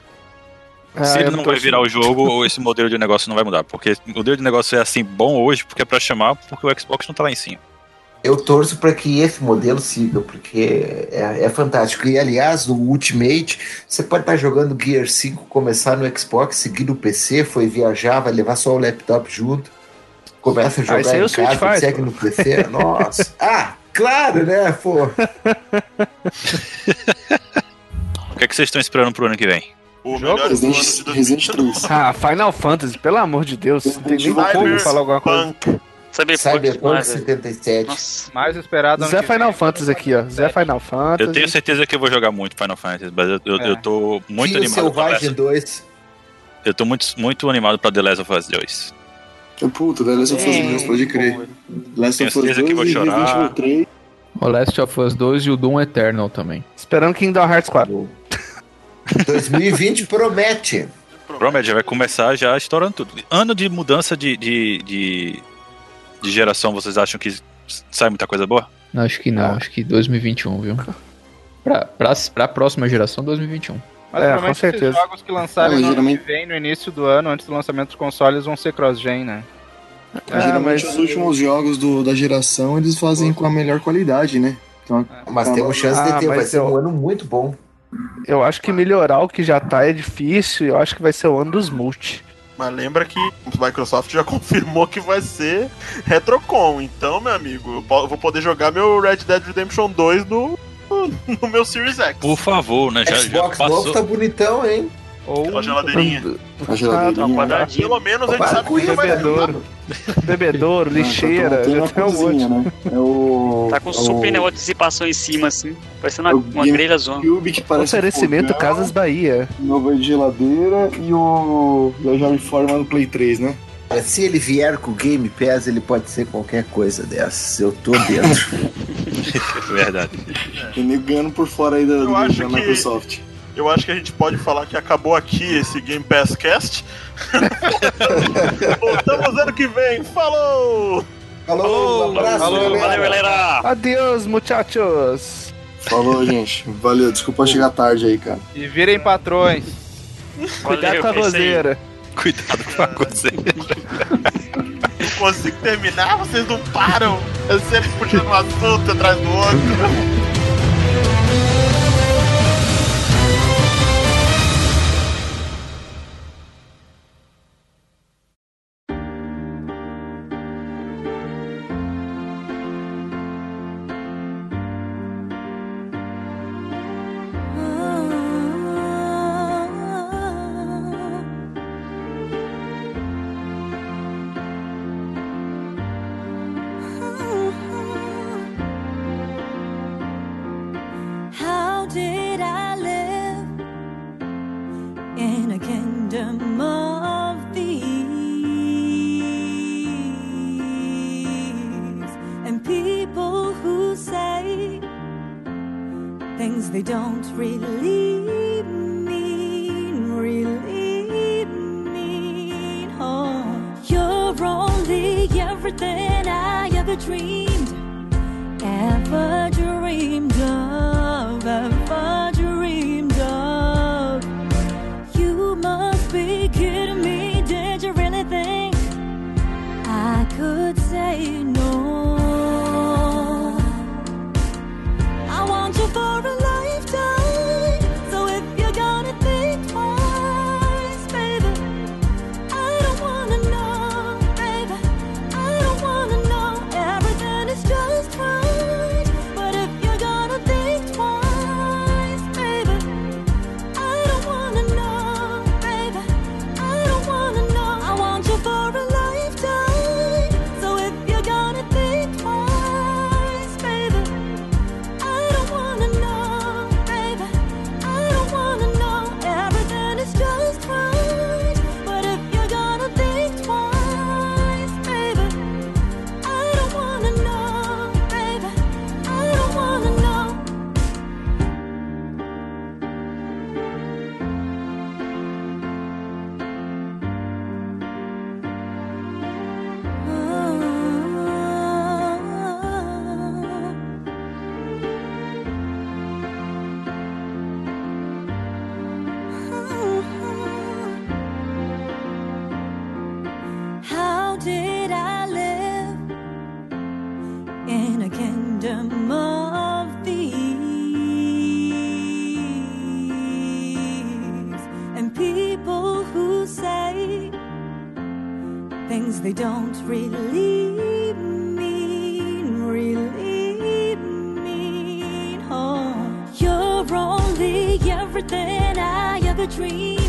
Ah, Se eu ele tô não vai achando- virar o jogo, ou esse modelo de negócio não vai mudar. Porque o modelo de negócio é assim bom hoje, porque é pra chamar, porque o Xbox não tá lá em cima. Eu torço para que esse modelo siga, porque é, é fantástico. E aliás, no Ultimate, você pode estar jogando Gear 5, começar no Xbox, seguir no PC, foi viajar, vai levar só o laptop junto, começa a Ah, isso jogar aí é o em Street casa, Fighter. segue no PC. Nossa! ah, claro, né? Pô. O que, é que vocês estão esperando pro ano que vem? O melhor do ano de 2022. Ah, Final Fantasy, pelo amor de Deus. Não tem nem como falar alguma coisa. Cyberpunk né? 77. Mais esperado. ano Zé que vem. é Final Fantasy aqui, ó. Zé Final Fantasy. Eu tenho certeza que eu vou jogar muito Final Fantasy, mas eu, eu, É. eu tô muito Tio animado pra Selvagem essa. 2. Eu tô muito, muito animado pra The Last of Us 2. Puta, The Last of Us 2, pode crer. Last Tenho of Us certeza 2 que vou e chorar. Resident Evil 3. O Last of Us 2 e o Doom Eternal também. Esperando Kingdom Hearts 4. 2020 promete. Promete, já vai começar já estourando tudo. Ano de mudança de, de, de, de geração, vocês acham que sai muita coisa boa? Não, acho que É. não, acho que 2021, viu? Pra, pra, pra próxima geração, 2021. É, Mas provavelmente esses jogos que lançarem no ano que vem, no início do ano, antes do lançamento dos consoles, vão ser cross-gen, né? É, Ah, Geralmente mas- os últimos jogos do- da geração eles fazem com a melhor qualidade, né? Então, Ah, Mas acaba- temos chance Ah, de ter, vai ser um ano muito bom. Eu acho que melhorar o que já tá é difícil. Eu acho que vai ser o ano dos multi. Mas lembra que o Microsoft já confirmou que vai ser Retrocon. Então, meu amigo, eu po- vou poder jogar meu Red Dead Redemption 2 no, no meu Series X. Por favor, né? Já, já Xbox novo passou. Tá tá bonitão, hein? Tá Ou... A geladeirinha. A geladeirinha. Uma quadradinha, pelo menos a gente sabe que não vai dar bebedouro, bebedouro, Ah, então lixeira, já tem um monte. É o. Tá com é super o- negócio de dissipação em cima, assim. Parecendo É uma, uma grelha zona. Cube que parece. Oferecimento Casas Bahia. Nova geladeira e o. E a Jovem Forma no Play 3, né? Se ele vier com o Game Pass, ele pode ser qualquer coisa dessas. Eu tô dentro. Verdade. Tem nego ganhando por fora aí da, Eu da- acho da que- Microsoft. Eu acho que a gente pode falar que acabou aqui esse Game Pass Cast. Voltamos ano que vem. Falou! Falou! um abraço, galera. Ah! Adeus, muchachos. Falou, gente. Valeu, desculpa chegar tarde aí, cara. E virem patrões. Cuidado com a roseira. Cuidado com a roseira. Não consigo terminar, vocês não param. Eu sempre puxando um assunto atrás do outro. How did I live in a kingdom of thieves and people who say things they don't really mean, really mean? Oh, you're only everything I ever dreamed ever dreamed of, ever dreamed of. You must be kidding me. Did you really think I could say no? I want you for a lifetime. So if you're gonna think twice, baby, I don't wanna know, baby. I don't wanna know everything is just right. But if you're gonna be them of thieves and people who say things they don't really mean, really mean. Oh, you're only everything I ever dreamed.